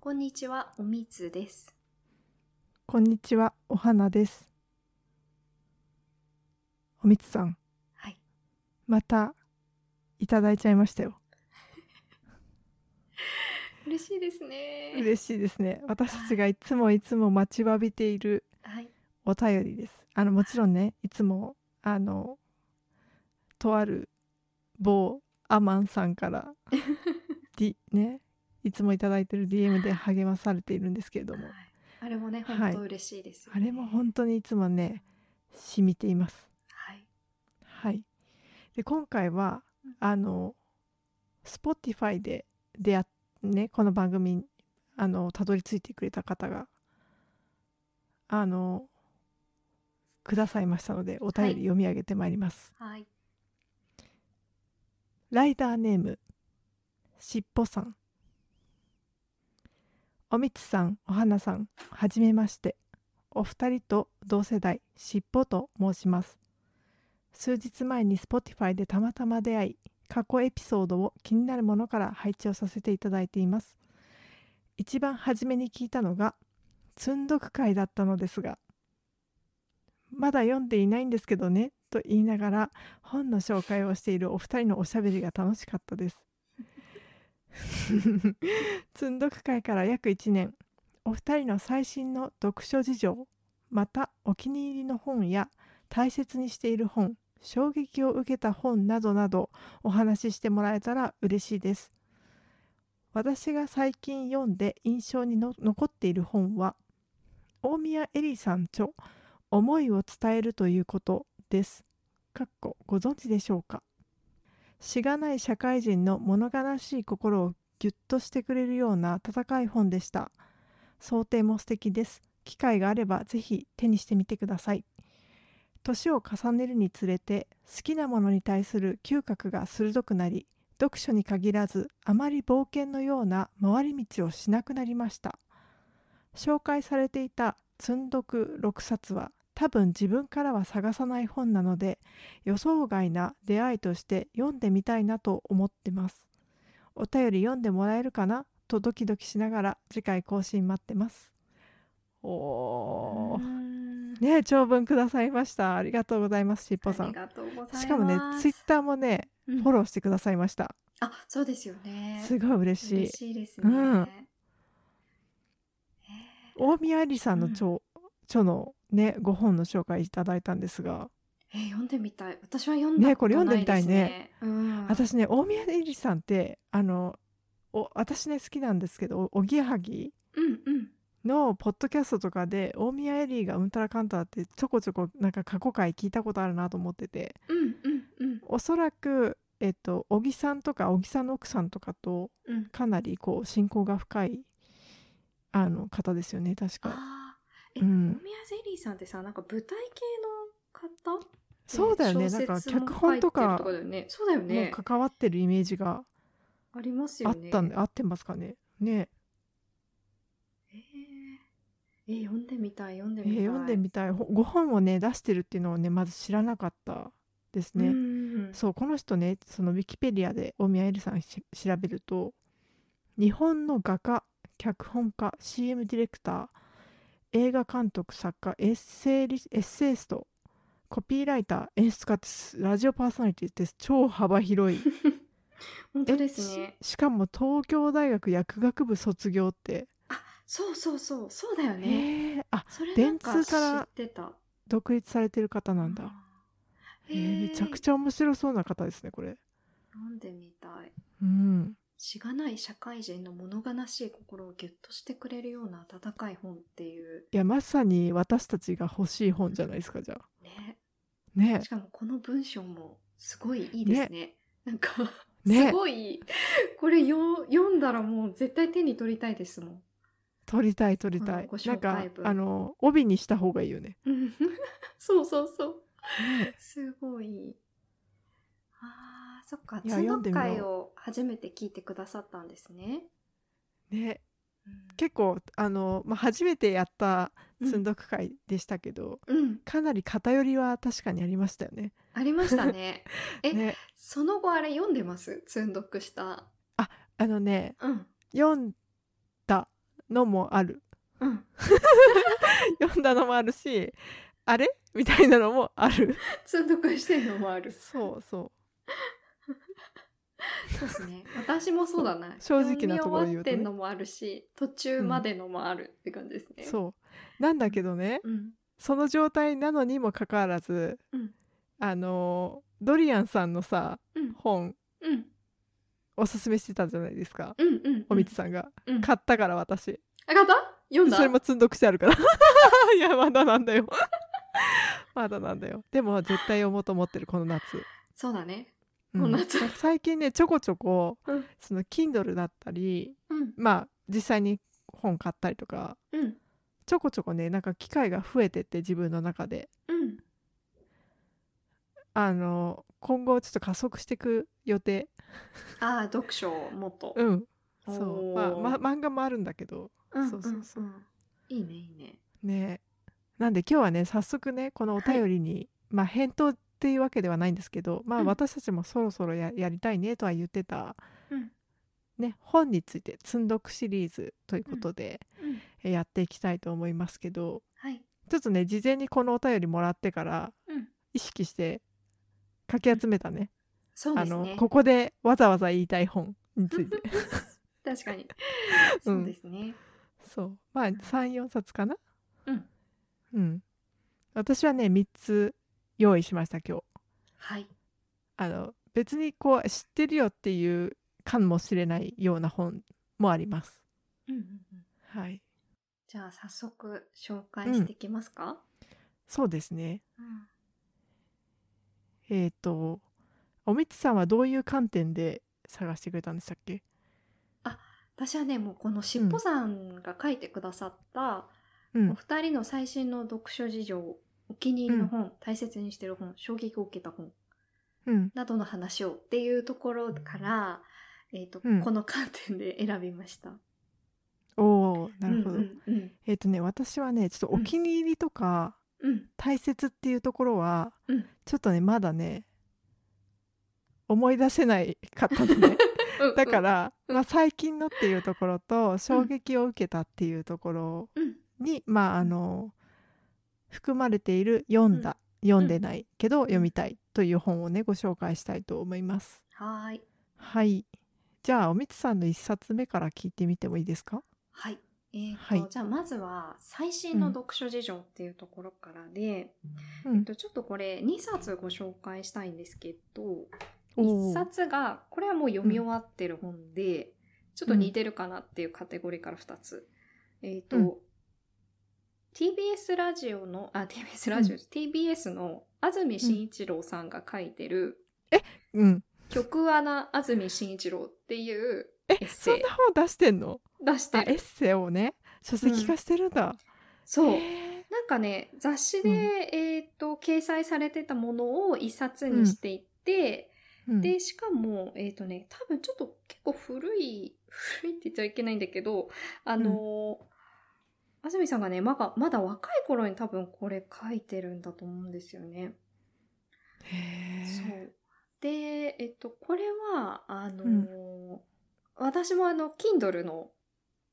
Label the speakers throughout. Speaker 1: こんにちは、おみつです。
Speaker 2: こんにちは、お花です。おみつさん、
Speaker 1: はい。
Speaker 2: またいただいちゃいましたよ。
Speaker 1: 嬉しいですね。
Speaker 2: 嬉しいですね。私たちがいつもいつも待ちわびている
Speaker 1: はい。
Speaker 2: お便りです。あのもちろんね、いつもあのとある某アマンさんから、D ね、いつもいただいてる DM で励まされているんですけれども
Speaker 1: はい、あれもね、
Speaker 2: は
Speaker 1: 本
Speaker 2: い
Speaker 1: 当嬉しいですよ
Speaker 2: あ
Speaker 1: ね、
Speaker 2: れも本当にいつもね、染みています。
Speaker 1: はい。
Speaker 2: はい。で今回は
Speaker 1: うん
Speaker 2: あの Spotify で出会っねこの番組にあのたどり着いてくれた方があのくださいましたのでお便
Speaker 1: は
Speaker 2: り
Speaker 1: い
Speaker 2: 読み上げてまいります。
Speaker 1: はい。
Speaker 2: ライダーネームしっぽさんおみつさんおはなさんはじめましてお二人と同世代しっぽと申します数日前に Spotify でたまたま出会い過去エピソードを気になるものから配置をさせていただいています一番初めに聞いたのが積んどく会だったのですがまだ読んでいないんですけどねと言いながら本の紹介をしているお二人のおしゃべりが楽しかったです 積んどく会から約1年お二人の最新の読書事情またお気に入りの本や大切にしている本衝撃を受けた本などなどお話ししてもらえたら嬉しいです私が最近読んで印象にの残っている本は大宮エリさん著思いを伝えるということですかっこご存知でしょうかしがない社会人の物悲しい心をぎゅっとしてくれるような温かい本でした想定も素敵です機会があればぜひ手にしてみてください年を重ねるにつれて好きなものに対する嗅覚が鋭くなり読書に限らずあまり冒険のような回り道をしなくなりました紹介されていた「積んどく6冊は」多分自分からは探さない本なので予想外な出会いとして読んでみたいなと思ってますお便り読んでもらえるかなとドキドキしながら次回更新待ってますおー
Speaker 1: うーん
Speaker 2: ね長文くださいましたありがとうございますしっぽさ
Speaker 1: あり
Speaker 2: ん
Speaker 1: がとうございます。
Speaker 2: しかもねツイッターもね
Speaker 1: うん
Speaker 2: フォローしてくださいました、
Speaker 1: あ、そうですよね。
Speaker 2: すごい嬉しい
Speaker 1: 嬉しいですね。
Speaker 2: うん
Speaker 1: え
Speaker 2: 大宮愛理さんの
Speaker 1: うん
Speaker 2: 著,、著のねご本の紹介いただいたんですが、
Speaker 1: ーえー読んでみたい。私は読んだ
Speaker 2: ねこれ
Speaker 1: こと
Speaker 2: 読んでみたいね
Speaker 1: ないですね。うん。
Speaker 2: 私ね大宮愛理さんってあのお私ね好きなんですけどおおぎやはぎ
Speaker 1: うんうん。
Speaker 2: のポッドキャストとかで大宮エリーがうんたらかんたらってちょこちょこなんか過去回聞いたことあるなと思ってて
Speaker 1: うんうんうん
Speaker 2: おそらくえっと小木さんとか小木さんの奥さんとかと
Speaker 1: うん。
Speaker 2: かなりこう親交が深いあの方ですよね確か。
Speaker 1: ああ。え、
Speaker 2: う
Speaker 1: 大
Speaker 2: ん
Speaker 1: 宮ゼリーさんってさ、なんか舞台系の方
Speaker 2: そうだよね
Speaker 1: 小
Speaker 2: なんか
Speaker 1: 説も
Speaker 2: 脚
Speaker 1: 書い
Speaker 2: 本と
Speaker 1: てる
Speaker 2: か
Speaker 1: だよねそうだよ
Speaker 2: もう
Speaker 1: ね。
Speaker 2: 関わってるイメージが
Speaker 1: あります
Speaker 2: あ
Speaker 1: よ
Speaker 2: っ
Speaker 1: ね。
Speaker 2: たんで、合ってますかね。ね
Speaker 1: えーえー読んでみたい、読んで
Speaker 2: え
Speaker 1: みたい。
Speaker 2: ー読んでみたいほご本をね出してるっていうのをねまず知らなかったですね。
Speaker 1: ね
Speaker 2: そうこの人ねそのウィキペディアで大宮エリさんし調べると日本の画家脚本家 CM ディレクター映画監督作家エッセイリエッセイストコピーライター演出家ですラジオパーソナリティです超幅広い
Speaker 1: 本当です
Speaker 2: え
Speaker 1: ね。
Speaker 2: ししかも東京大学薬学部卒業って、
Speaker 1: そうそうそう、そうだよね。
Speaker 2: へえあ
Speaker 1: それなんか
Speaker 2: 電
Speaker 1: 知
Speaker 2: 通から
Speaker 1: ってた。
Speaker 2: 独立されてる方なんだ、
Speaker 1: へ
Speaker 2: へえめちゃく
Speaker 1: ち
Speaker 2: ちゃ面白そうな方ですねこれ
Speaker 1: ゃ。読んでみたい。
Speaker 2: うん
Speaker 1: しがない社会人の物悲しい心をギュッとしてくれるような温かい本っていう。
Speaker 2: いやまさに私たちが欲しい本じゃないですかじゃあ
Speaker 1: ね。
Speaker 2: ね
Speaker 1: しかもこの文章もすごいいいですね。なんか、
Speaker 2: ね
Speaker 1: すごい、これよ読んだらもう絶対手に取りたいですも ん。
Speaker 2: 取りたい取りたい、
Speaker 1: うんご紹
Speaker 2: なんか
Speaker 1: 介文
Speaker 2: あの帯にした方がいいよね
Speaker 1: うんそうそうそう。すごい。ああ、そっか。
Speaker 2: いや
Speaker 1: 通
Speaker 2: 読ん
Speaker 1: 学
Speaker 2: でみよう
Speaker 1: 会を初めて聞いてくださったんですね。
Speaker 2: ね
Speaker 1: うん
Speaker 2: 結構あの、まあ、初めてやった
Speaker 1: うん
Speaker 2: 積んどく会でしたけど、
Speaker 1: うん、
Speaker 2: かなり偏りは確かにありましたよね
Speaker 1: ありましたね。え
Speaker 2: ね
Speaker 1: その後あれ読んでます積んどくした。
Speaker 2: あのね
Speaker 1: うん。
Speaker 2: 読んだのもあ る
Speaker 1: うん。
Speaker 2: 読んだのもあるしあれみたいなのもある
Speaker 1: 通読してるのもある。
Speaker 2: そうそう
Speaker 1: そうですね。私もそうだな。
Speaker 2: そう 正直なところ言
Speaker 1: 読み終
Speaker 2: うとね
Speaker 1: わってんのもあるし、途中までのもあるって感じですね。
Speaker 2: そうなんだけどね
Speaker 1: うん。
Speaker 2: その状態なのにもかかわらず、
Speaker 1: うん
Speaker 2: あのードリアンさんのさ
Speaker 1: うん。
Speaker 2: 本
Speaker 1: うん。
Speaker 2: おすすめしてたじゃないですか
Speaker 1: うん。うん。
Speaker 2: おみつさんが、
Speaker 1: うん。
Speaker 2: 買ったから私
Speaker 1: あ、買った読んだ
Speaker 2: それも積んどくしてあるから いやまだなんだよ まだなんだよでも絶対読もうと思ってるこの夏、
Speaker 1: そうだね。
Speaker 2: うん
Speaker 1: この夏
Speaker 2: なんか最近ねちょこちょこ、
Speaker 1: うん
Speaker 2: その Kindle だったり
Speaker 1: うん。
Speaker 2: まあ実際に本買ったりとか
Speaker 1: うん。
Speaker 2: ちょこちょこねなんか機会が増えてって自分の中で
Speaker 1: うん。
Speaker 2: あの今後ちょっと加速していく予定
Speaker 1: ああ、読書をもっと。
Speaker 2: うん
Speaker 1: おー
Speaker 2: そう、まあ、ま漫画もあるんだけど
Speaker 1: うん
Speaker 2: そうそうそうん
Speaker 1: んいいね、いいね。
Speaker 2: ねなんで今日はね早速ねこのお便りに、まあ返答っていうわけではないんですけどまあ
Speaker 1: うん
Speaker 2: 私たちもそろそろややりたいねとは言ってた、
Speaker 1: うん。
Speaker 2: ね、本について積んどくシリーズということで、
Speaker 1: うん。
Speaker 2: えやっていきたいと思いますけど
Speaker 1: はい。
Speaker 2: ちょっとね事前にこのお便りもらってから
Speaker 1: うん。
Speaker 2: 意識してかき集めたね,、
Speaker 1: そうで
Speaker 2: あ
Speaker 1: す
Speaker 2: の
Speaker 1: ね。
Speaker 2: ここでわざわざ言いたい本について
Speaker 1: 確かに。
Speaker 2: う
Speaker 1: そ
Speaker 2: ん
Speaker 1: うですね。
Speaker 2: そうまあ34冊かな
Speaker 1: うん。
Speaker 2: うん私はね3つ用意しました今日
Speaker 1: はい。
Speaker 2: あの別にこう知ってるよっていうかもしれないような本もあります
Speaker 1: うんうんうん。
Speaker 2: はい
Speaker 1: じゃあ、早速紹介していきますか。
Speaker 2: そうですね
Speaker 1: うん。
Speaker 2: えっ、とおみつさんはどういう観点で探してくれたんでしたっけ
Speaker 1: 私はね、もうこのしっぽさんが書いてくださった、
Speaker 2: うん
Speaker 1: お二人の最新の読書事情、お気に入りの本、大切にしてる本、衝撃を受けた本
Speaker 2: うん
Speaker 1: などの話をっていうところから、えっ、と、
Speaker 2: うん
Speaker 1: この観点で選びました。
Speaker 2: おおなるほど、
Speaker 1: うんうんうん
Speaker 2: えっ、とね私はねちょっとお気に入りとか
Speaker 1: うん
Speaker 2: 大切っていうところは、
Speaker 1: うん
Speaker 2: ちょっとねまだね思い出せないかったの ね
Speaker 1: うん、
Speaker 2: だからら、まあ、最近のっていうところと衝撃を受けたっていうところ
Speaker 1: うん
Speaker 2: にまああの含まれている読んだ、読んでないけど読みたいという本をねご紹介したいと思います。
Speaker 1: はーい。
Speaker 2: はいじゃあおみつさんの一冊目から聞いてみてもいいですか
Speaker 1: はい。えーと
Speaker 2: はい
Speaker 1: じゃあまずは最新の読書事情っていうところからで、
Speaker 2: うん
Speaker 1: えっとちょっとこれ2冊ご紹介したいんですけど
Speaker 2: お
Speaker 1: 1
Speaker 2: ー
Speaker 1: 冊がこれはもう読み終わってる本で、ちょっと似てるかなっていうカテゴリーから2つ、えっ、と、
Speaker 2: うん
Speaker 1: TBS ラジオのあ TBS ラジオ、
Speaker 2: う
Speaker 1: TBS の安住紳一郎さんが書いてる
Speaker 2: うん
Speaker 1: 「曲穴安住紳一郎」っていうエッ
Speaker 2: そ
Speaker 1: セ
Speaker 2: ん
Speaker 1: イ
Speaker 2: な本出してんの
Speaker 1: 出し
Speaker 2: あ
Speaker 1: て
Speaker 2: エ
Speaker 1: る
Speaker 2: ッセイをね書籍化してるんだ。
Speaker 1: そう
Speaker 2: へ
Speaker 1: なんかね雑誌で、
Speaker 2: うん
Speaker 1: えー、と掲載されてたものを一冊にしていって、
Speaker 2: ー
Speaker 1: でしかもえっ、とね多分ちょっと結構古い古いって言っちゃいけないんだけどあのー安住さんがねまだまだ若い頃に多分これ書いてるんだと思うんですよね。
Speaker 2: へ
Speaker 1: そ
Speaker 2: ー
Speaker 1: うでえっ、とこれはあのー
Speaker 2: うん
Speaker 1: 私もあの Kindle の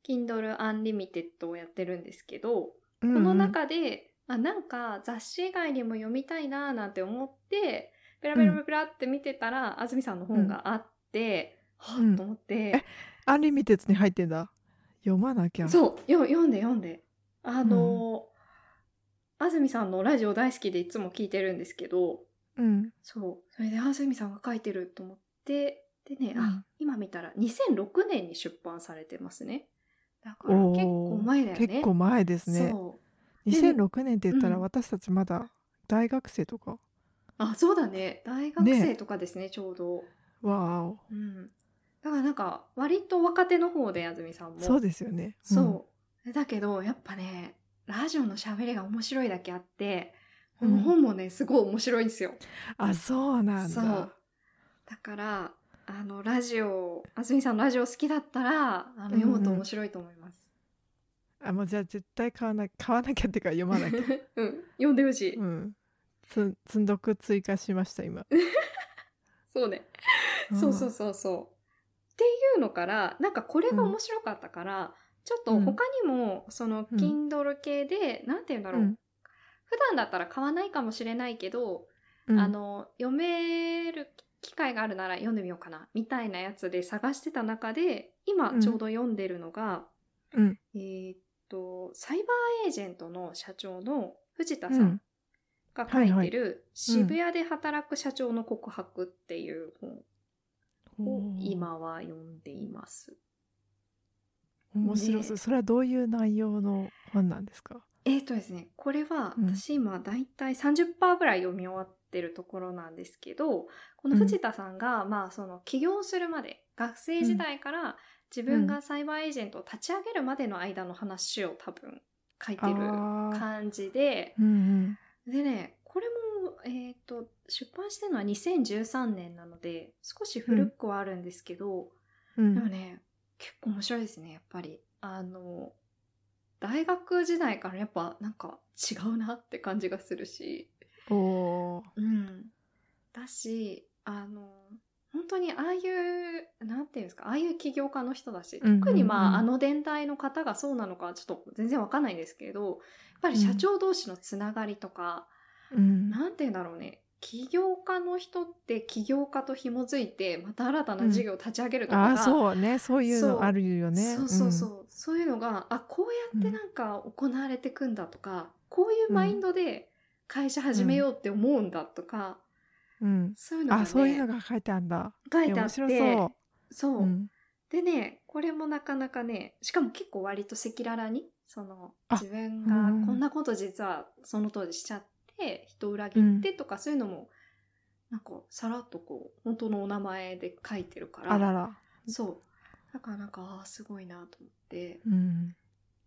Speaker 1: Kindle Unlimited をやってるんですけど、
Speaker 2: うん
Speaker 1: こ
Speaker 2: うん
Speaker 1: の中で、あなんか雑誌以外にも読みたいなーなんて思ってペラペラペラペラって見てたら、安住さんの本があって、
Speaker 2: うん
Speaker 1: はっと思って、
Speaker 2: アンリミテッドに入ってんだ読まなきゃう
Speaker 1: そうよ読んで読んであのー、安住さんのラジオ大好きでいつも聞いてるんですけど
Speaker 2: うん
Speaker 1: そうそれで安住さんが書いてると思ってでね、
Speaker 2: う
Speaker 1: あ
Speaker 2: ん
Speaker 1: 今見たら2006年に出版されてますねだから結構前だよね
Speaker 2: 結構前ですね
Speaker 1: そう
Speaker 2: 2006年って言ったら
Speaker 1: うん
Speaker 2: 私たちまだ大学生とか、
Speaker 1: あそうだね大学生とかですねちょうど。
Speaker 2: わーお
Speaker 1: うん、だからなんか割と若手の方で安住さんも
Speaker 2: そうですよね、うん
Speaker 1: そうだけどやっぱねラジオのしゃべりが面白いだけあってこ
Speaker 2: う
Speaker 1: の
Speaker 2: ん
Speaker 1: 本もねすごい面白いんですよ。
Speaker 2: あそうなん
Speaker 1: そ
Speaker 2: だ
Speaker 1: うだからあのラジオ安住さんのラジオ好きだったらあの読むと面白いと思います。
Speaker 2: あもうじゃあ絶対買わな買わなきゃっていうか読
Speaker 1: う
Speaker 2: ま
Speaker 1: ん
Speaker 2: な きゃ
Speaker 1: 読んでほしい、
Speaker 2: うんつ積んどく追加しました今、
Speaker 1: そうねそうそうそうそう。っていうのからなんかこれが面白かったから、ちょっと
Speaker 2: うん
Speaker 1: 他にも、その
Speaker 2: うん
Speaker 1: Kindle 系で、なんて言うんだろう、普段だったら買わないかもしれないけど、
Speaker 2: うん
Speaker 1: あの読める機会があるなら読んでみようかなみたいなやつで探してた中で今
Speaker 2: うん
Speaker 1: ちょうど読んでるのが、
Speaker 2: うん
Speaker 1: えーっとサイバーエージェントの社長の藤田
Speaker 2: う
Speaker 1: さん
Speaker 2: ん
Speaker 1: が書いてる「渋谷で働く社長の告白」っていう本を今は読んでいます。
Speaker 2: 面白そう、それはどういう内容の本なんですか
Speaker 1: えーっとですねこれは
Speaker 2: うん
Speaker 1: 私今だいたい30%ぐらい読み終わってるところなんですけどこの藤田さんが、まあその起業するまで学生時代から自分がサイバーエージェントを立ち上げるまでの間の話を多分書いてる
Speaker 2: あー
Speaker 1: 感じで
Speaker 2: うん
Speaker 1: でねこれも、えー、と出版してるのは2013年なので少し古くはあるんですけど、
Speaker 2: うんうん
Speaker 1: でもね結構面白いですねやっぱりあの大学時代からやっぱなんか違うなって感じがするし
Speaker 2: おー
Speaker 1: うんだしあの本当にああいうなんていうんですかああいう起業家の人だし
Speaker 2: うんうんうん
Speaker 1: 特にまああの年代の方がそうなのかはちょっと全然わかんないんですけどやっぱり社長同士のつながりとか、
Speaker 2: うん
Speaker 1: なんて言うんだろうね起業家の人って起業家と紐づいてまた新たな事業を立ち上げるとかが、
Speaker 2: あーそうねそういう
Speaker 1: そう
Speaker 2: のあるよね
Speaker 1: そうそうそう、そういうのがあこうやってなんか行われてくんだとか、こういうマインドで会社始めようって思うんだとか、
Speaker 2: うん、
Speaker 1: そういう
Speaker 2: うん
Speaker 1: のが、ね、
Speaker 2: あそういうのが書いてあるんだ
Speaker 1: 書
Speaker 2: え
Speaker 1: いてあ
Speaker 2: 面
Speaker 1: って
Speaker 2: 白そ、
Speaker 1: そうう、
Speaker 2: うん、
Speaker 1: でねこれもなかなかねしかも結構割と赤裸々にその
Speaker 2: あ
Speaker 1: 自分
Speaker 2: うん
Speaker 1: がこんなこと実はその当時しちゃって人を裏切ってとか、そういうのもなんかさらっとこう本当のお名前で書いてるから
Speaker 2: あらら、
Speaker 1: そうだからなんかあーすごいなと思って。
Speaker 2: うん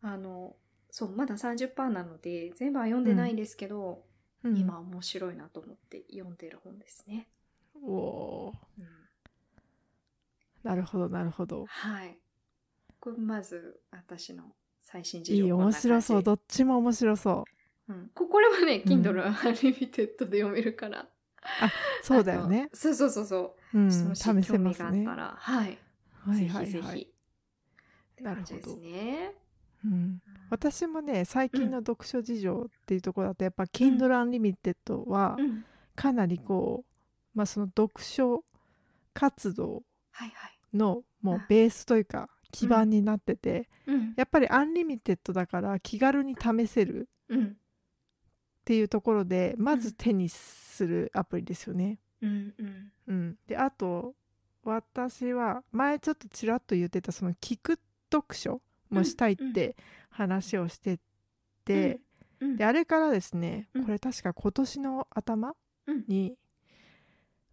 Speaker 1: あのそうまだ30%なので全部は読んでないんですけど、
Speaker 2: うん、
Speaker 1: 今面白いなと思って読んでる本ですね。
Speaker 2: おー
Speaker 1: うん
Speaker 2: なるほどなるほど
Speaker 1: はい。これまず私の最新事
Speaker 2: い
Speaker 1: 情
Speaker 2: い
Speaker 1: こん
Speaker 2: 面
Speaker 1: な感じ
Speaker 2: 白そうどっちも面白そう
Speaker 1: うん、ここれはね
Speaker 2: うん
Speaker 1: Kindle Unlimited で読めるから。
Speaker 2: そうだよね
Speaker 1: あの。そうそうそうそうう。
Speaker 2: ん
Speaker 1: その
Speaker 2: 試せます
Speaker 1: 興味
Speaker 2: ね
Speaker 1: があったら、はい、
Speaker 2: はいはいはい
Speaker 1: ぜひぜひ。
Speaker 2: なるほど
Speaker 1: って感じですね。
Speaker 2: うん私もね最近の読書事情っていうところだとやっぱ Kindle Unlimited は
Speaker 1: うん。
Speaker 2: かなりこう、まあ、その読書活動
Speaker 1: はいはい。
Speaker 2: のもうベースというか基盤になってて、
Speaker 1: うん。
Speaker 2: やっぱりアンリミテッドだから気軽に試せる
Speaker 1: うん。
Speaker 2: っていうところでまず手にするアプリですよね。
Speaker 1: うんうん。
Speaker 2: うん、であと私は前ちょっとちらっと言ってたその聞く読書もしたいって話をしてて。
Speaker 1: うん
Speaker 2: であれからですね、
Speaker 1: うん
Speaker 2: これ確か今年の頭
Speaker 1: うん
Speaker 2: に、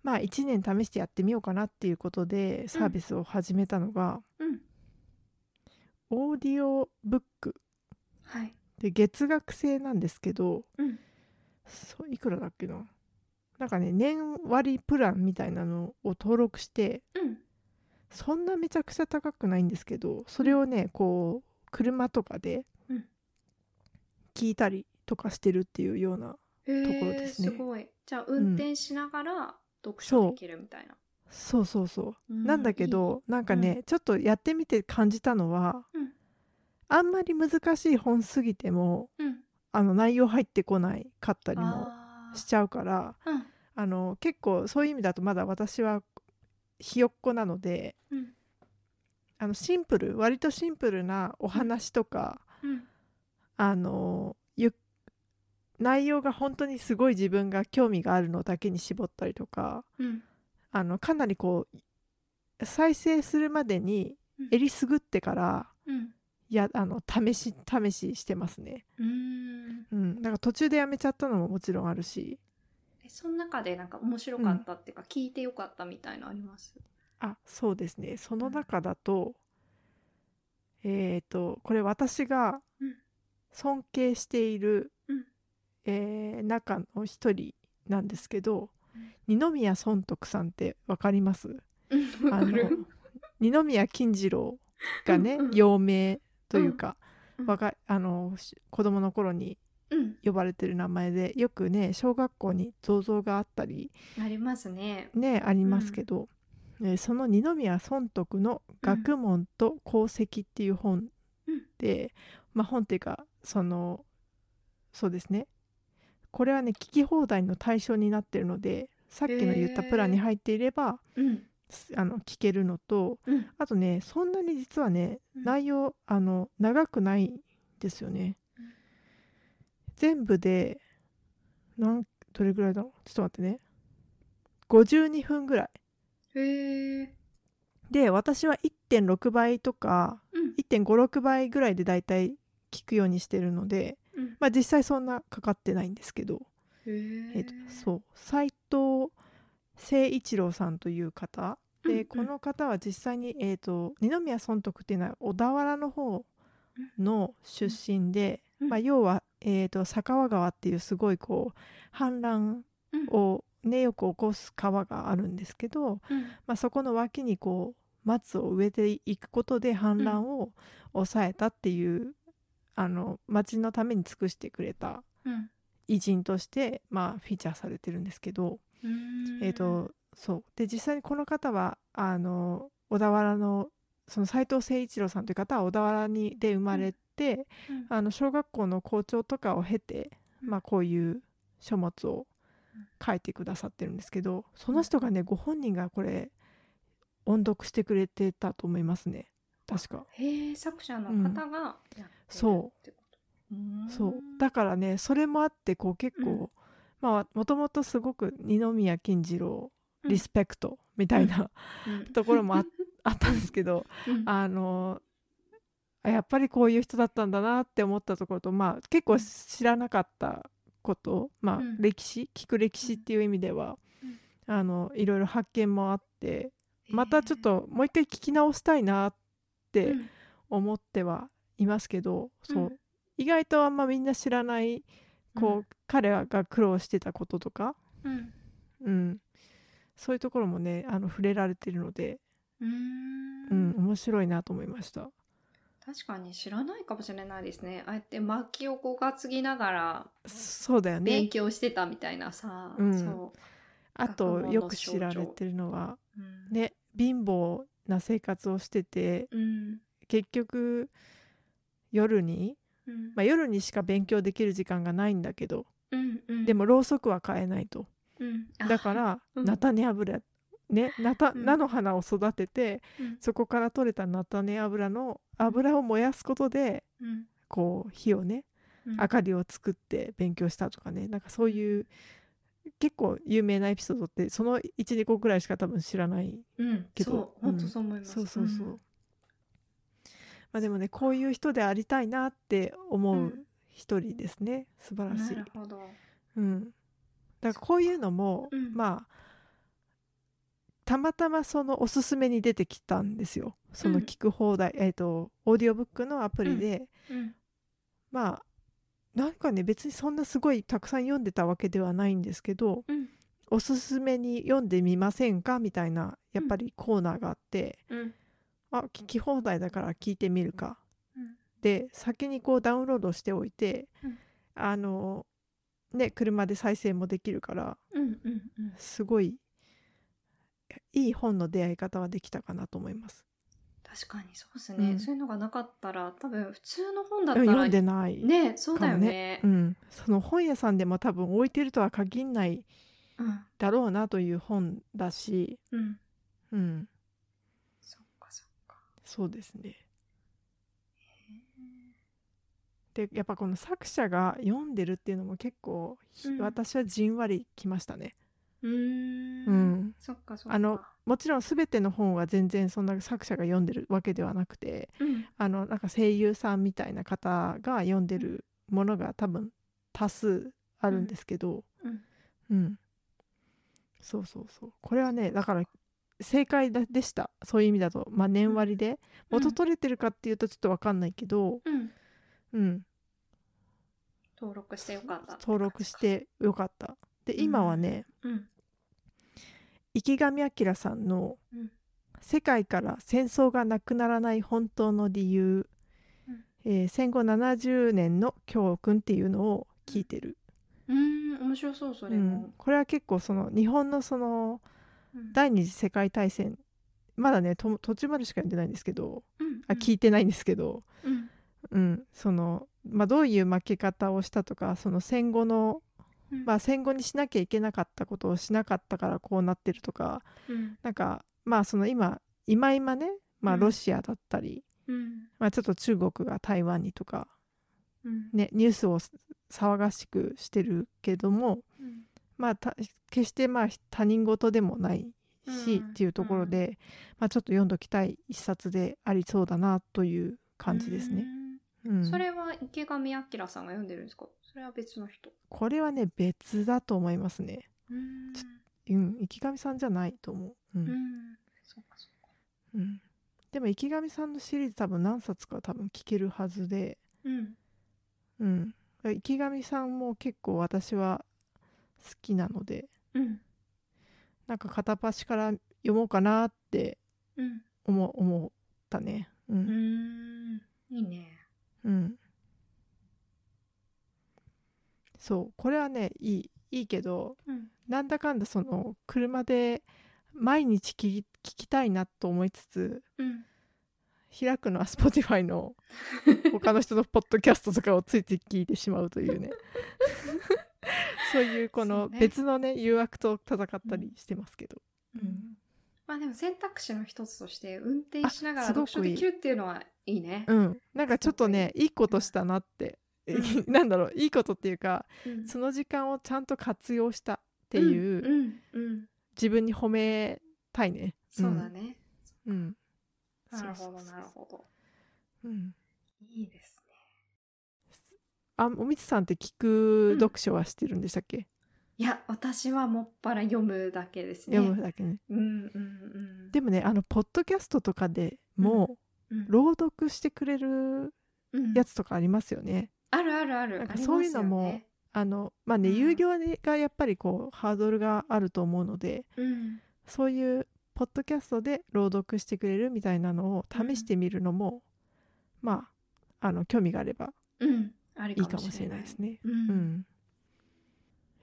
Speaker 2: まあ1年試してやってみようかなっていうことでサービスを始めたのが、
Speaker 1: うん。
Speaker 2: オーディオブック
Speaker 1: はい。
Speaker 2: で月額制なんですけど
Speaker 1: うん。
Speaker 2: そういくらだっけななんかね年割プランみたいなのを登録して
Speaker 1: うん。
Speaker 2: そんなめちゃくちゃ高くないんですけどそれをねこう車とかで
Speaker 1: うん
Speaker 2: 聞いたりとかしてるっていうような
Speaker 1: へー
Speaker 2: ところですね
Speaker 1: ごい。じゃあ運転しながら読書できるみたいな。
Speaker 2: そうそうそう
Speaker 1: う
Speaker 2: なんだけ、どなんかね、ちょっとやってみて感じたのは、
Speaker 1: うん
Speaker 2: あんまり難しい本すぎても
Speaker 1: いいうん、
Speaker 2: あの内容入ってこないかったりも
Speaker 1: あー
Speaker 2: しちゃうから
Speaker 1: うん
Speaker 2: あの結構そういう意味だとまだ私はひよっこなので
Speaker 1: うん
Speaker 2: あのシンプル割とシンプルなお話とか、
Speaker 1: うん
Speaker 2: あのゆ内容が本当にすごい自分が興味があるのだけに絞ったりとか
Speaker 1: うん
Speaker 2: あのかなりこう再生するまでに
Speaker 1: うん
Speaker 2: えりすぐってから
Speaker 1: うん
Speaker 2: いやあの試し試ししてますね。
Speaker 1: うーん
Speaker 2: うん、なんか途中でやめちゃったのももちろんあるし、
Speaker 1: えその中でなんか面白かったっていうか、聞いてよかったみたいのあります
Speaker 2: あそうですね。その中だと、えっ、とこれ私が
Speaker 1: うん
Speaker 2: 尊敬している、
Speaker 1: うん
Speaker 2: えー中の一人なんですけど、
Speaker 1: うん
Speaker 2: 二宮尊徳さんってわかります？
Speaker 1: うんわ
Speaker 2: あ
Speaker 1: か
Speaker 2: の
Speaker 1: る
Speaker 2: 二宮金次郎がね
Speaker 1: うんうん
Speaker 2: 幼名というか、
Speaker 1: うん
Speaker 2: 若いあのし子供の頃に
Speaker 1: うん
Speaker 2: 呼ばれてる名前でよくね小学校に銅像があったり
Speaker 1: ありますね
Speaker 2: ねありますけど、えーその二宮尊徳の「学問と功績」っていう本
Speaker 1: うん
Speaker 2: で、まあ、本っていうかそのそうですねこれはね聞き放題の対象になってるのでさっきの言ったプランに入っていれば、
Speaker 1: うん
Speaker 2: すあの聞けるのと
Speaker 1: うん
Speaker 2: あとねそんなに実はね
Speaker 1: うん
Speaker 2: 内容あの長くないんですよね。全部でなんどれぐらいだろうちょっと待ってね52分ぐらい。
Speaker 1: へえ
Speaker 2: で私は1.6倍とか
Speaker 1: うん
Speaker 2: 1.56倍ぐらいでだいたい聞くようにしてるので、
Speaker 1: うん
Speaker 2: まあ、実際そんなかかってないんですけど、
Speaker 1: へ
Speaker 2: えっとそう斎藤誠一郎さんという方
Speaker 1: うんう
Speaker 2: で
Speaker 1: ん
Speaker 2: この方は実際に、えー、と二宮尊徳っていうのは小田原の方の出身で、
Speaker 1: うん
Speaker 2: まあ、要は、えー、と佐川川っていうすごいこう氾濫
Speaker 1: うん
Speaker 2: を、ね、よく起こす川があるんですけ
Speaker 1: う
Speaker 2: ど、
Speaker 1: ん
Speaker 2: まあ、そこの脇にこう松を植えていくことで氾濫を抑えたっていう、あの町のために尽くしてくれた
Speaker 1: うん
Speaker 2: 偉人として、まあ、フィーチャーされてるんですけど、
Speaker 1: うーん
Speaker 2: えー、とそうで実際にこの方はあの小田原のその斎藤誠一郎さんという方は小田原にで生まれて、
Speaker 1: うん
Speaker 2: あの小学校の校長とかを経て、まあ、こういう書物を書いてくださってるんですけどその人がねご本人がこれ音読してくれてたと思いますね確か。
Speaker 1: へえ作者の方がやってる
Speaker 2: そう
Speaker 1: ってことーん
Speaker 2: そうだからねそれもあってこう結構、
Speaker 1: うん
Speaker 2: まあもともとすごく二宮金次郎
Speaker 1: うん
Speaker 2: リスペクトみたいな、
Speaker 1: うん
Speaker 2: ところもああったんですけど
Speaker 1: うん
Speaker 2: あのあやっぱりこういう人だったんだなって思ったところとまあ結構知らなかったこと、まあ
Speaker 1: うん
Speaker 2: 歴史聞く歴史っていう意味では、
Speaker 1: うん
Speaker 2: あのいろいろ発見もあってまたちょっともう一回聞き直したいな
Speaker 1: へー
Speaker 2: って
Speaker 1: うん
Speaker 2: 思ってはいますけど、そううん意外とあんまみんな知らないこう、
Speaker 1: うん
Speaker 2: 彼らが苦労してたこととか、
Speaker 1: うん
Speaker 2: うん、そういうところもねあの触れられてるので、
Speaker 1: うーん
Speaker 2: うん、面白いなと思いました。
Speaker 1: 確かに知らないかもしれないですねあえて薪をこう担ぎながら
Speaker 2: そうだよね
Speaker 1: 勉強してたみたいなさ、
Speaker 2: うん
Speaker 1: そ
Speaker 2: あ
Speaker 1: 学
Speaker 2: と
Speaker 1: 問の
Speaker 2: よく知られてるのは
Speaker 1: う、うん、
Speaker 2: ね貧乏な生活をしてて
Speaker 1: うん
Speaker 2: 結局夜に、
Speaker 1: うん
Speaker 2: まあ、夜にしか勉強できる時間がないんだけど
Speaker 1: うんうん
Speaker 2: でもろうそくは買えないと
Speaker 1: うん
Speaker 2: だから
Speaker 1: うん
Speaker 2: 菜種油ね菜た
Speaker 1: うん
Speaker 2: 菜の花を育てて
Speaker 1: うん
Speaker 2: そこから取れた菜種油の油を燃やすことで
Speaker 1: うん
Speaker 2: こう火をね
Speaker 1: うん
Speaker 2: 明かりを作って勉強したとかねなんかそういう結構有名なエピソードってその12個くらいしか多分知らない
Speaker 1: うん
Speaker 2: けど
Speaker 1: そう
Speaker 2: うん
Speaker 1: 本当そう思います、
Speaker 2: そうそうそう、
Speaker 1: ん
Speaker 2: まあでもねこういう人でありたいなって思ううん一人ですね、素晴らしい
Speaker 1: なる、ほど
Speaker 2: うん、だからこういうのも、
Speaker 1: うん
Speaker 2: まあたまたまそのおすすめに出てきたんですよその
Speaker 1: うん
Speaker 2: 聞く放題、えっ、とオーディオブックのアプリで、
Speaker 1: うん
Speaker 2: まあなんかね別にそんなすごいたくさん読んでたわけではないんですけど、
Speaker 1: うん
Speaker 2: おすすめに読んでみませんかみたいなやっぱりコーナーがあって、
Speaker 1: うん
Speaker 2: あ聞き放題だから聞いてみるか
Speaker 1: うん
Speaker 2: で先にこうダウンロードしておいて、
Speaker 1: うん
Speaker 2: あのね車で再生もできるから
Speaker 1: うんうんうん
Speaker 2: すごいいい本の出会い方はできたかなと思います。
Speaker 1: 確かにそうですね、
Speaker 2: うん
Speaker 1: そういうのがなかったら多分普通の本だった
Speaker 2: うん
Speaker 1: ら
Speaker 2: 読んでない、
Speaker 1: ねそうだよね
Speaker 2: うん、その本屋さんでも多分置いてるとは限んない
Speaker 1: うん
Speaker 2: だろうなという本だし、
Speaker 1: うん
Speaker 2: うん、
Speaker 1: そっかそっか
Speaker 2: そうですね。
Speaker 1: へー
Speaker 2: でやっぱこの作者が読んでるっていうのも結構、ひ
Speaker 1: うん
Speaker 2: 私はじんわりきましたね。
Speaker 1: うーん
Speaker 2: うん
Speaker 1: そっかそっか
Speaker 2: あのもちろん全ての本は全然そんな作者が読んでるわけではなくて
Speaker 1: うん
Speaker 2: あのなんか声優さんみたいな方が読んでるものが多分多数あるんですけど、
Speaker 1: うん
Speaker 2: うんそうそうそうこれはねだから正解だでしたそういう意味だと、まあ、年割りで
Speaker 1: うん
Speaker 2: 元取れてるかっていうとちょっと分かんないけ
Speaker 1: う
Speaker 2: ど、
Speaker 1: ん
Speaker 2: うん、
Speaker 1: 登録してよかったって感じか
Speaker 2: 登録してよかった。で今はね、
Speaker 1: うん
Speaker 2: 池上彰さんの
Speaker 1: うん
Speaker 2: 「世界から戦争がなくならない本当の理由」
Speaker 1: うん
Speaker 2: えー戦後70年の教訓っていうのを聞いてる、
Speaker 1: うーん面白そうそれ
Speaker 2: うん
Speaker 1: も、
Speaker 2: これは結構その日本のその
Speaker 1: うん
Speaker 2: 第二次世界大戦まだねと途中までしか読んでないんですけど
Speaker 1: うん
Speaker 2: あ聞いてないんですけど、
Speaker 1: うん
Speaker 2: うん、その、まあ、どういう負け方をしたとかその戦後の、
Speaker 1: うん
Speaker 2: まあ、戦後にしなきゃいけなかったことをしなかったからこうなってるとか
Speaker 1: うん
Speaker 2: なんかまあその今今今ね、まあ、
Speaker 1: うん
Speaker 2: ロシアだったり、
Speaker 1: うん
Speaker 2: まあ、ちょっと中国が台湾にとか、
Speaker 1: うん
Speaker 2: ね、ニュースを騒がしくしてるけども、
Speaker 1: うん
Speaker 2: まあ、た決してまあ他人事でもないし、
Speaker 1: うん
Speaker 2: っていうところで、まあ、ちょっと読んどきたい一冊でありそうだなという感じですね。うん
Speaker 1: それは池上彰さんが読んでるんですかそれは別の人
Speaker 2: これはね別だと思いますね。
Speaker 1: うん
Speaker 2: うん、池上さんじゃないと思う。うん
Speaker 1: うんそうかそうか
Speaker 2: うんでも池上さんのシリーズ多分何冊か多分聞けるはずで、
Speaker 1: うん
Speaker 2: うん、池上さんも結構私は好きなので
Speaker 1: うん
Speaker 2: なんか片っ端から読もうかなって
Speaker 1: うん
Speaker 2: 思う思ったね。う
Speaker 1: うんんいいね
Speaker 2: うん、そうこれはねいいいいけど
Speaker 1: うん
Speaker 2: なんだかんだその車で毎日聞き聞きたいなと思いつつ
Speaker 1: うん
Speaker 2: 開くのは Spotify の他の人のポッドキャストとかをついつい聞いてしまうと いうねそういうこ
Speaker 1: そ
Speaker 2: の
Speaker 1: うね
Speaker 2: 別のね誘惑と戦ったりしてますけど、
Speaker 1: うんまあでも選択肢の一つとして運転しながら
Speaker 2: あすご
Speaker 1: 読
Speaker 2: く
Speaker 1: 書できるっていうのはいいね
Speaker 2: う。んなんかちょっとねいいことしたなって、
Speaker 1: う
Speaker 2: なんだろういいことっていうか
Speaker 1: うん
Speaker 2: その時間をちゃんと活用したっていう、
Speaker 1: うんうんうん
Speaker 2: 自分に褒めたいね。
Speaker 1: そうだね。
Speaker 2: うん、
Speaker 1: なるほ
Speaker 2: そう
Speaker 1: ど
Speaker 2: そうそう
Speaker 1: なるほど。
Speaker 2: うん
Speaker 1: いいですね。
Speaker 2: あおみつさんって聞
Speaker 1: う
Speaker 2: く
Speaker 1: ん
Speaker 2: 読書はしてるんでしたっけ、
Speaker 1: いや私はもっぱら読むだけですね。
Speaker 2: 読むだけね
Speaker 1: うんうんうん。
Speaker 2: でもねあのポッドキャストとかでも
Speaker 1: うん
Speaker 2: 朗読してくれる
Speaker 1: うん
Speaker 2: やつとかありますよね、
Speaker 1: あるあるある。
Speaker 2: なんか
Speaker 1: ありますよね
Speaker 2: そういうのも。あのまあね、
Speaker 1: うん
Speaker 2: 有料がやっぱりこうハードルがあると思うので
Speaker 1: うん
Speaker 2: そういうポッドキャストで朗読してくれるみたいなのを試してみるのも、まああの興味があれば
Speaker 1: うんあり
Speaker 2: いいかもしれないです。ね。
Speaker 1: う
Speaker 2: うんん、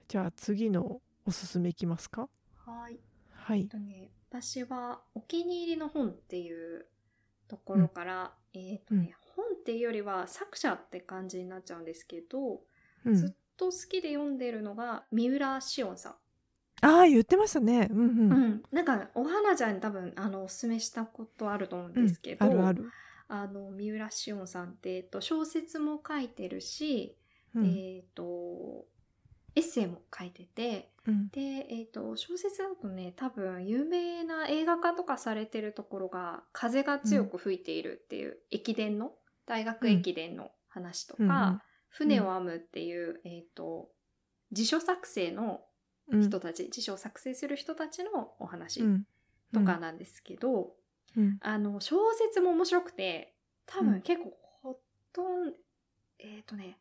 Speaker 2: じゃあ次のおすすめいきますか
Speaker 1: はい。
Speaker 2: はい
Speaker 1: えっ。とね、私はお気に入りの本っていうところから、えっとね、本っていうよりは作者って感じになっちゃうんですけど、
Speaker 2: う
Speaker 1: ずっ
Speaker 2: ん、
Speaker 1: と好きで読んでるのが三浦紫音さん。
Speaker 2: ああ言ってましたね。うんうん。
Speaker 1: うん、なんかお花ちゃんに多分あのおすすめしたことあると思うん
Speaker 2: うん
Speaker 1: ですけど、
Speaker 2: あるある。
Speaker 1: あの三浦紫音さんって、えっと、小説も書いてるし、
Speaker 2: うん
Speaker 1: えっとエッセイも書いてて
Speaker 2: うん
Speaker 1: で、えっと小説だとね多分有名な映画化とかされてるところが風が強く吹いているっていう、駅伝の大学駅伝の話とか、
Speaker 2: うんうん
Speaker 1: 船を編むっていう、えっと辞書作成の
Speaker 2: うん
Speaker 1: 人たち、辞書を作成する人たちのお話
Speaker 2: うん
Speaker 1: とかなんですけど、
Speaker 2: うん
Speaker 1: あの小説も面白くて多
Speaker 2: うん
Speaker 1: 分結構ほとんど、えっ、とね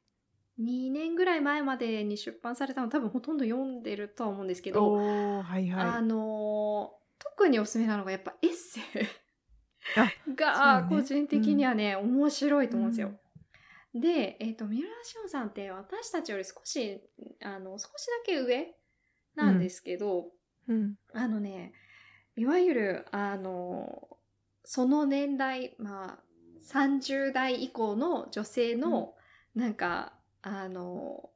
Speaker 1: 2年ぐらい前までに出版されたの多分ほとんど読んでるとは思うんですけど、
Speaker 2: おーはいはい。
Speaker 1: あのー特におすすめなのがやっぱエッセイ
Speaker 2: そう
Speaker 1: が
Speaker 2: ね
Speaker 1: 個人的にはね、面白いと思うんですよ。
Speaker 2: うん
Speaker 1: で、えっと三浦紫音さんって私たちより少しあの少しだけ上なんですけど、
Speaker 2: うん
Speaker 1: あのね、いわゆる、あの、その年代、まあ、30代以降の女性の、なんか、あの、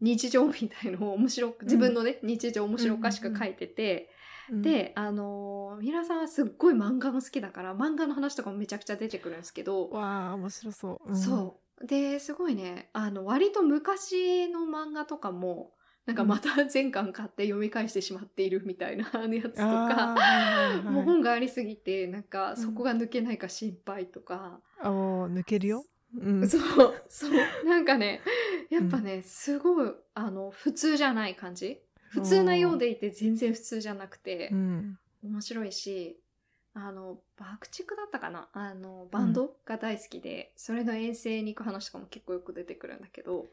Speaker 1: 日常みたいのを面白く、自分のね、日常を面白おかしく書いてて、
Speaker 2: うん、
Speaker 1: で、あの、ミラさんはすっごい漫画も好きだから、漫画の話とかもめちゃくちゃ出てくるんですけど、
Speaker 2: わあ面白そう。うん
Speaker 1: そう。で、すごいね、あの、割と昔の漫画とかも、なんかまた全巻買って読み返してしまっているみたいな あのやつと
Speaker 2: あ
Speaker 1: か
Speaker 2: ー、はいはいはい
Speaker 1: もう本がありすぎて、なんかそこが抜けないか心配とか、
Speaker 2: あおー抜けるよ。うん。
Speaker 1: そう、そう、なんかね、やっぱね、すごい、あの、普通じゃない感じ。普通なようでいて全然普通じゃなくて、
Speaker 2: うん。
Speaker 1: 面白いし、あの、爆竹だったかなあの、バンドが大好きで、それの遠征に行く話とかも結構よく出てくるんだけど、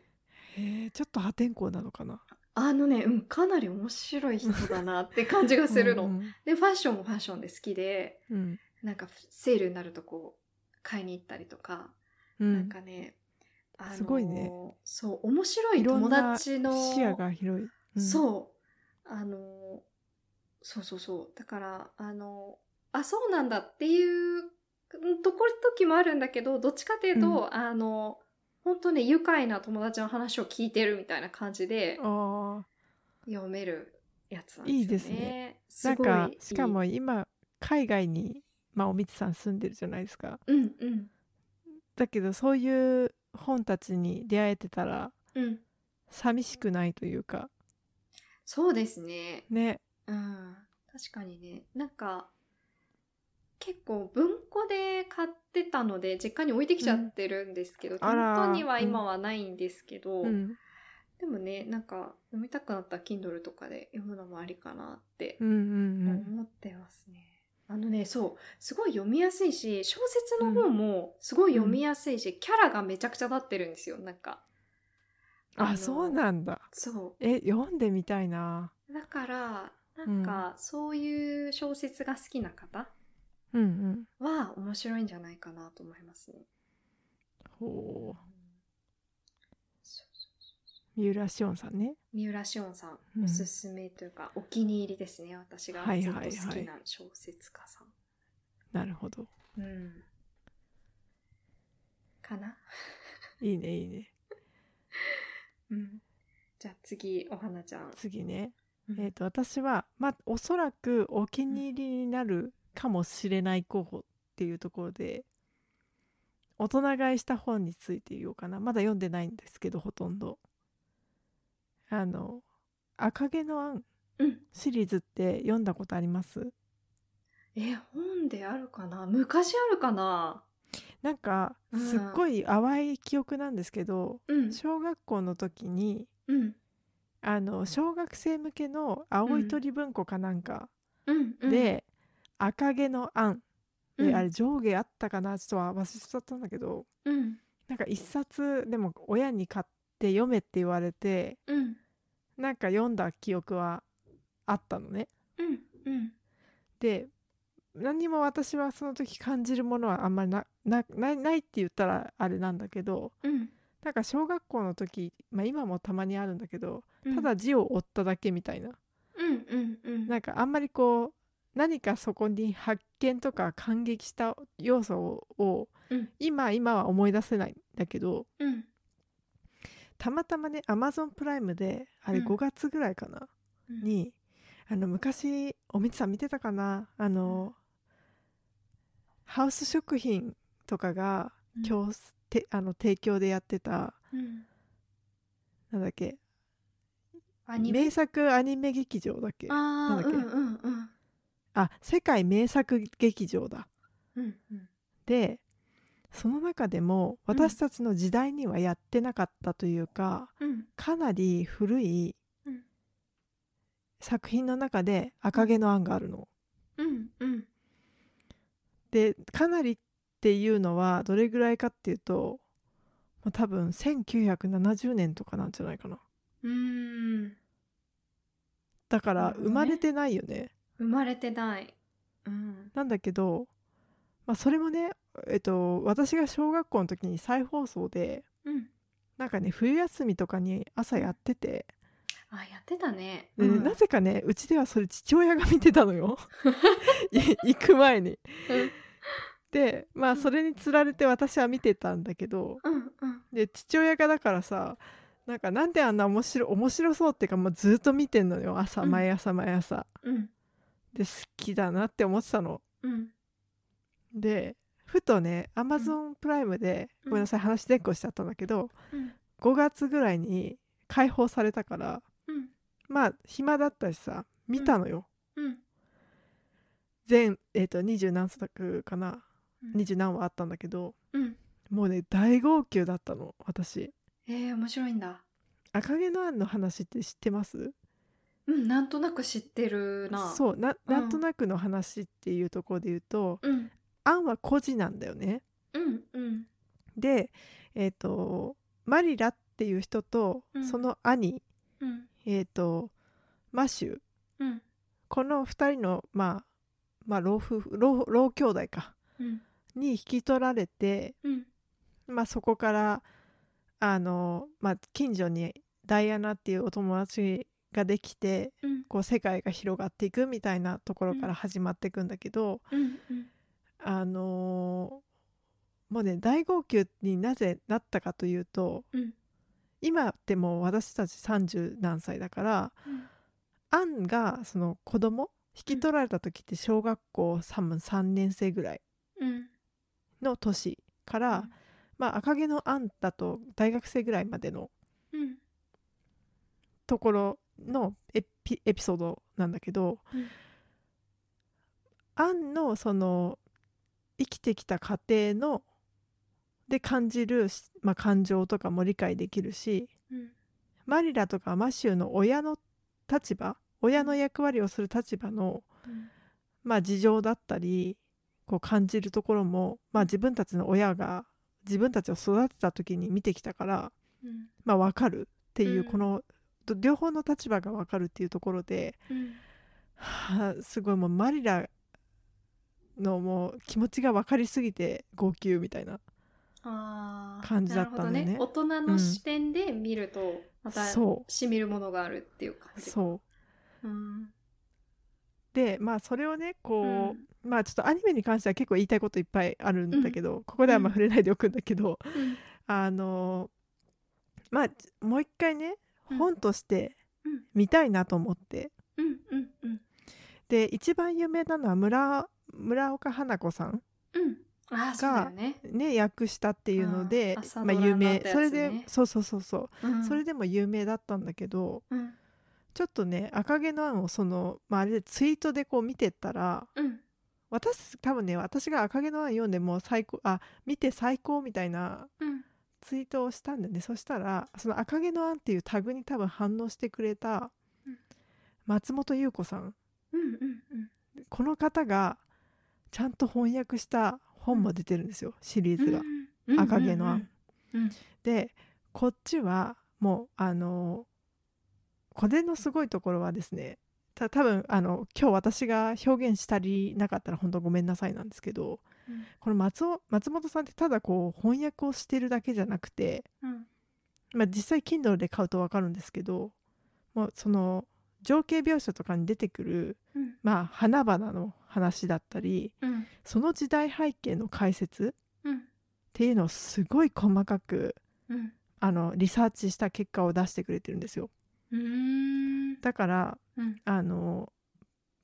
Speaker 2: へえちょっと破天荒なのかな。
Speaker 1: あのね、うん、かなり面白い人だなって感じがするの。
Speaker 2: うん
Speaker 1: で、ファッションもファッションで好きで、
Speaker 2: うん。
Speaker 1: なんかセールになるとこう、買いに行ったりとか、
Speaker 2: うん
Speaker 1: なんかね、あの
Speaker 2: すごいね。
Speaker 1: そう、面白い
Speaker 2: いろん
Speaker 1: 友
Speaker 2: な
Speaker 1: 達の、
Speaker 2: 視野が広い。うん
Speaker 1: そう。あの、そうそうそう。だから、あの、あ、そうなんだっていううんところ時もあるんだけどどっちかっていうと、あの本当ね愉快な友達の話を聞いてるみたいな感じで
Speaker 2: あ
Speaker 1: 読めるやつなん
Speaker 2: いい
Speaker 1: で
Speaker 2: ですす
Speaker 1: よね
Speaker 2: ね。
Speaker 1: す
Speaker 2: なん
Speaker 1: ごい
Speaker 2: かしか
Speaker 1: いい
Speaker 2: も今海外にまあおみつさん住んでるじゃないですか
Speaker 1: うんうん
Speaker 2: だけどそういう本たちに出会えてたら
Speaker 1: うん
Speaker 2: 寂しくないというか
Speaker 1: そうですね。
Speaker 2: ね
Speaker 1: うん確かにねなんか結構文庫で買ってたので実家に置いてきちゃってるんですけど、
Speaker 2: あら
Speaker 1: 本当には今はないんですけど、
Speaker 2: うん、
Speaker 1: でもねなんか読みたくなったら Kindle とかで読むのもありかなって
Speaker 2: うんうんうん
Speaker 1: 思ってますね。あのねそうすごい読みやすいし小説の方もすごい読みやすいし、キャラがめちゃくちゃ立ってるんですよなんか。
Speaker 2: あ
Speaker 1: の
Speaker 2: そうなんだ
Speaker 1: そう
Speaker 2: え読んでみたいな
Speaker 1: だからなんかそういう小説が好きな方
Speaker 2: うんうん
Speaker 1: は面白いんじゃないかなと思いますね。
Speaker 2: ほう
Speaker 1: そうそう
Speaker 2: 三浦紫音さんね
Speaker 1: 三浦紫音さん、
Speaker 2: うん
Speaker 1: おすすめというかお気に入りですね私が
Speaker 2: はい
Speaker 1: ずっと
Speaker 2: はいはい
Speaker 1: 好きな小説家さん。
Speaker 2: なるほど
Speaker 1: うんかな、
Speaker 2: いいねいいね
Speaker 1: うん、じゃあ次お花ちゃん。
Speaker 2: 次ね
Speaker 1: うん
Speaker 2: えー、と私は、まあ、おそらくお気に入りになるかもしれない候補っていうところで大人買いした本について言おうかなまだ読んでないんですけどほとんどあの「赤毛のアン
Speaker 1: うん、
Speaker 2: シリーズって読んだことあります
Speaker 1: え本であるかな昔あるかな
Speaker 2: なんか
Speaker 1: うん
Speaker 2: すっごい淡い記憶なんですけど、
Speaker 1: うん
Speaker 2: 小学校の時に
Speaker 1: うん
Speaker 2: あの小学生向けの青い鳥文庫かなんか
Speaker 1: うんうん
Speaker 2: で「赤毛のアン」
Speaker 1: う
Speaker 2: で
Speaker 1: ん、
Speaker 2: あれ上下あったかなちょっとは忘れちゃったんだけど
Speaker 1: うん
Speaker 2: なんか一冊でも親に買って読めって言われて
Speaker 1: うん
Speaker 2: なんか読んだ記憶はあったのね。
Speaker 1: うんうん
Speaker 2: で何も私はその時感じるものはあんまりななないないって言ったらあれなんだけど
Speaker 1: うん
Speaker 2: なんか小学校の時、まあ、今もたまにあるんだけど
Speaker 1: うん
Speaker 2: ただ字を追っただけみたいな、
Speaker 1: うんうんうん
Speaker 2: なんかあんまりこう何かそこに発見とか感激した要素をを
Speaker 1: うん
Speaker 2: 今今は思い出せないんだけど、
Speaker 1: うん
Speaker 2: たまたまね Amazon プライムであれ
Speaker 1: うん
Speaker 2: 5月ぐらいかな、
Speaker 1: うん
Speaker 2: にあの昔おみつさん見てたかなあの、ハウス食品とかが
Speaker 1: うん
Speaker 2: 今日、てあの提供でやってた
Speaker 1: うん
Speaker 2: なんだっけ
Speaker 1: アニメ
Speaker 2: 名作アニメ劇場だっけあ
Speaker 1: ああ
Speaker 2: なんだっけ
Speaker 1: うんうんうん
Speaker 2: 世界名作劇場だ
Speaker 1: うんうん
Speaker 2: でその中でも
Speaker 1: うん
Speaker 2: 私たちの時代にはやってなかったというか、
Speaker 1: うん
Speaker 2: かなり古い
Speaker 1: うん
Speaker 2: 作品の中で赤毛のアンがあるの。
Speaker 1: うんうん
Speaker 2: でかなりっていうのはどれぐらいかっていうと、まあ、多分1970年とかなんじゃないかな
Speaker 1: うーん
Speaker 2: だか
Speaker 1: な
Speaker 2: ら
Speaker 1: るほどね
Speaker 2: 生まれてないよね
Speaker 1: 生まれてないうん
Speaker 2: なんだけど、まあ、それもねえっと私が小学校の時に再放送で
Speaker 1: うん
Speaker 2: なんかね冬休みとかに朝やってて
Speaker 1: あやってたね
Speaker 2: でね
Speaker 1: うん
Speaker 2: なぜかねうちではそれ父親が見てたのよ い行く前に
Speaker 1: うん。
Speaker 2: で
Speaker 1: う
Speaker 2: まあ
Speaker 1: ん
Speaker 2: それにつられて私は見てたんだけど、
Speaker 1: うんうん
Speaker 2: で父親がだからさなんかなんであんな面白い面白そうっていうかもうずっと見てんのよ朝
Speaker 1: うん
Speaker 2: 毎朝毎朝、
Speaker 1: うん
Speaker 2: で好きだなって思ってたの
Speaker 1: うん
Speaker 2: でふとねアマゾンプライムで、
Speaker 1: うん
Speaker 2: ごめんなさい話前後しちゃったんだけど
Speaker 1: うん
Speaker 2: 5月ぐらいに解放されたから
Speaker 1: うん
Speaker 2: まあ暇だったしさ見たのよ、
Speaker 1: うん
Speaker 2: 全えっ、と二十何作かな
Speaker 1: うん
Speaker 2: 二十何話あったんだけど
Speaker 1: うん
Speaker 2: もうね大号泣だったの私
Speaker 1: えー、面白いんだ
Speaker 2: 赤毛のアンの話って知ってます
Speaker 1: うんなんとなく知ってるな
Speaker 2: そうな
Speaker 1: うん
Speaker 2: なんとなくの話っていうところで言うと、
Speaker 1: うん
Speaker 2: アンは孤児なんだよね。
Speaker 1: うんうん
Speaker 2: で、えー、とマリラっていう人と、
Speaker 1: うん
Speaker 2: その兄、
Speaker 1: うん
Speaker 2: えー、とマシュ
Speaker 1: うん
Speaker 2: この2人の、まあ、まあ老夫婦老老兄弟か
Speaker 1: うん
Speaker 2: に引き取られて、
Speaker 1: うん
Speaker 2: まあ、そこからあの、まあ、近所にダイアナっていうお友達ができて
Speaker 1: うん
Speaker 2: こう世界が広がっていくみたいなところから始まっていくんだけど、
Speaker 1: うんうん
Speaker 2: あのーもうね大号泣になぜなったかというと
Speaker 1: うん
Speaker 2: 今ってもう私たち30何歳だからアンがその子供引き取られた時って小学校多分3年生ぐらい
Speaker 1: うん
Speaker 2: の年から、まあ赤毛のアンだと大学生ぐらいまでの
Speaker 1: うん
Speaker 2: ところのエピエピソードなんだけど、
Speaker 1: うん
Speaker 2: アンのその生きてきた過程ので感じる、まあ、感情とかも理解できるし
Speaker 1: うん
Speaker 2: マリラとかマシューの親の立場親の役割をする立場の、
Speaker 1: うん
Speaker 2: まあ、事情だったりこう感じるところも、まあ、自分たちの親が自分たちを育てた時に見てきたから、
Speaker 1: うん
Speaker 2: まあ、分かるっていううんこの、ど両方の立場が分かるっていうところで、
Speaker 1: うん
Speaker 2: はあ、すごいもうマリラのもう気持ちが分かりすぎて号泣みたいな
Speaker 1: あー
Speaker 2: 感じだったんだよね
Speaker 1: なるほど大人の視点で見るとまたし
Speaker 2: そ
Speaker 1: みるものがあるっていう感
Speaker 2: う
Speaker 1: じ
Speaker 2: そ
Speaker 1: う
Speaker 2: う
Speaker 1: ん
Speaker 2: でまあそれをねこう、
Speaker 1: うん
Speaker 2: まあちょっとアニメに関しては結構言いたいこといっぱいあるんだけど、ここでは
Speaker 1: う
Speaker 2: まあ
Speaker 1: ん
Speaker 2: 触れないでおくんだけど、
Speaker 1: うん
Speaker 2: あのまあもう一回ね
Speaker 1: うん
Speaker 2: 本として
Speaker 1: うん
Speaker 2: 見たいなと思って、
Speaker 1: うんうんうん
Speaker 2: で一番有名なのは村村岡花子さん
Speaker 1: うんああそうだよね
Speaker 2: ね訳したっていうので
Speaker 1: あー朝
Speaker 2: まあ
Speaker 1: ドラ
Speaker 2: 有
Speaker 1: のあ
Speaker 2: 名
Speaker 1: ったやつね
Speaker 2: それでそうそうそうそ
Speaker 1: う
Speaker 2: う、
Speaker 1: ん
Speaker 2: それでも有名だったんだけど
Speaker 1: うん
Speaker 2: ちょっとね赤毛のアンをその、まあ、あれでツイートでこう見てったら
Speaker 1: うん
Speaker 2: 私多分ね私が赤毛のアン読んでもう最高あ見て最高みたいな
Speaker 1: うん
Speaker 2: ツイートをしたんだよねそしたらその赤毛のアンっていうタグに多分反応してくれた
Speaker 1: うん
Speaker 2: 松本優子さん
Speaker 1: うんうんうん
Speaker 2: この方がちゃんと翻訳した本も出てるんですよシリーズが。
Speaker 1: うん
Speaker 2: 赤毛のアン
Speaker 1: うんうん
Speaker 2: でこっちはもうあのこれのすごいところはですねた多分あの今日私が表現したりなかったら本当ごめんなさいなんですけど
Speaker 1: うん
Speaker 2: この松尾松本さんってただこう翻訳をしてるだけじゃなくて、
Speaker 1: うん
Speaker 2: まあ、実際 Kindle で買うと分かるんですけどもうその情景描写とかに出てくる、
Speaker 1: うん
Speaker 2: まあ、花々の話だったり
Speaker 1: うん
Speaker 2: その時代背景の解説っ
Speaker 1: うん
Speaker 2: ていうのをすごい細かく
Speaker 1: うん
Speaker 2: あのリサーチした結果を出してくれてるんですよ
Speaker 1: うーん
Speaker 2: だから
Speaker 1: うん
Speaker 2: あの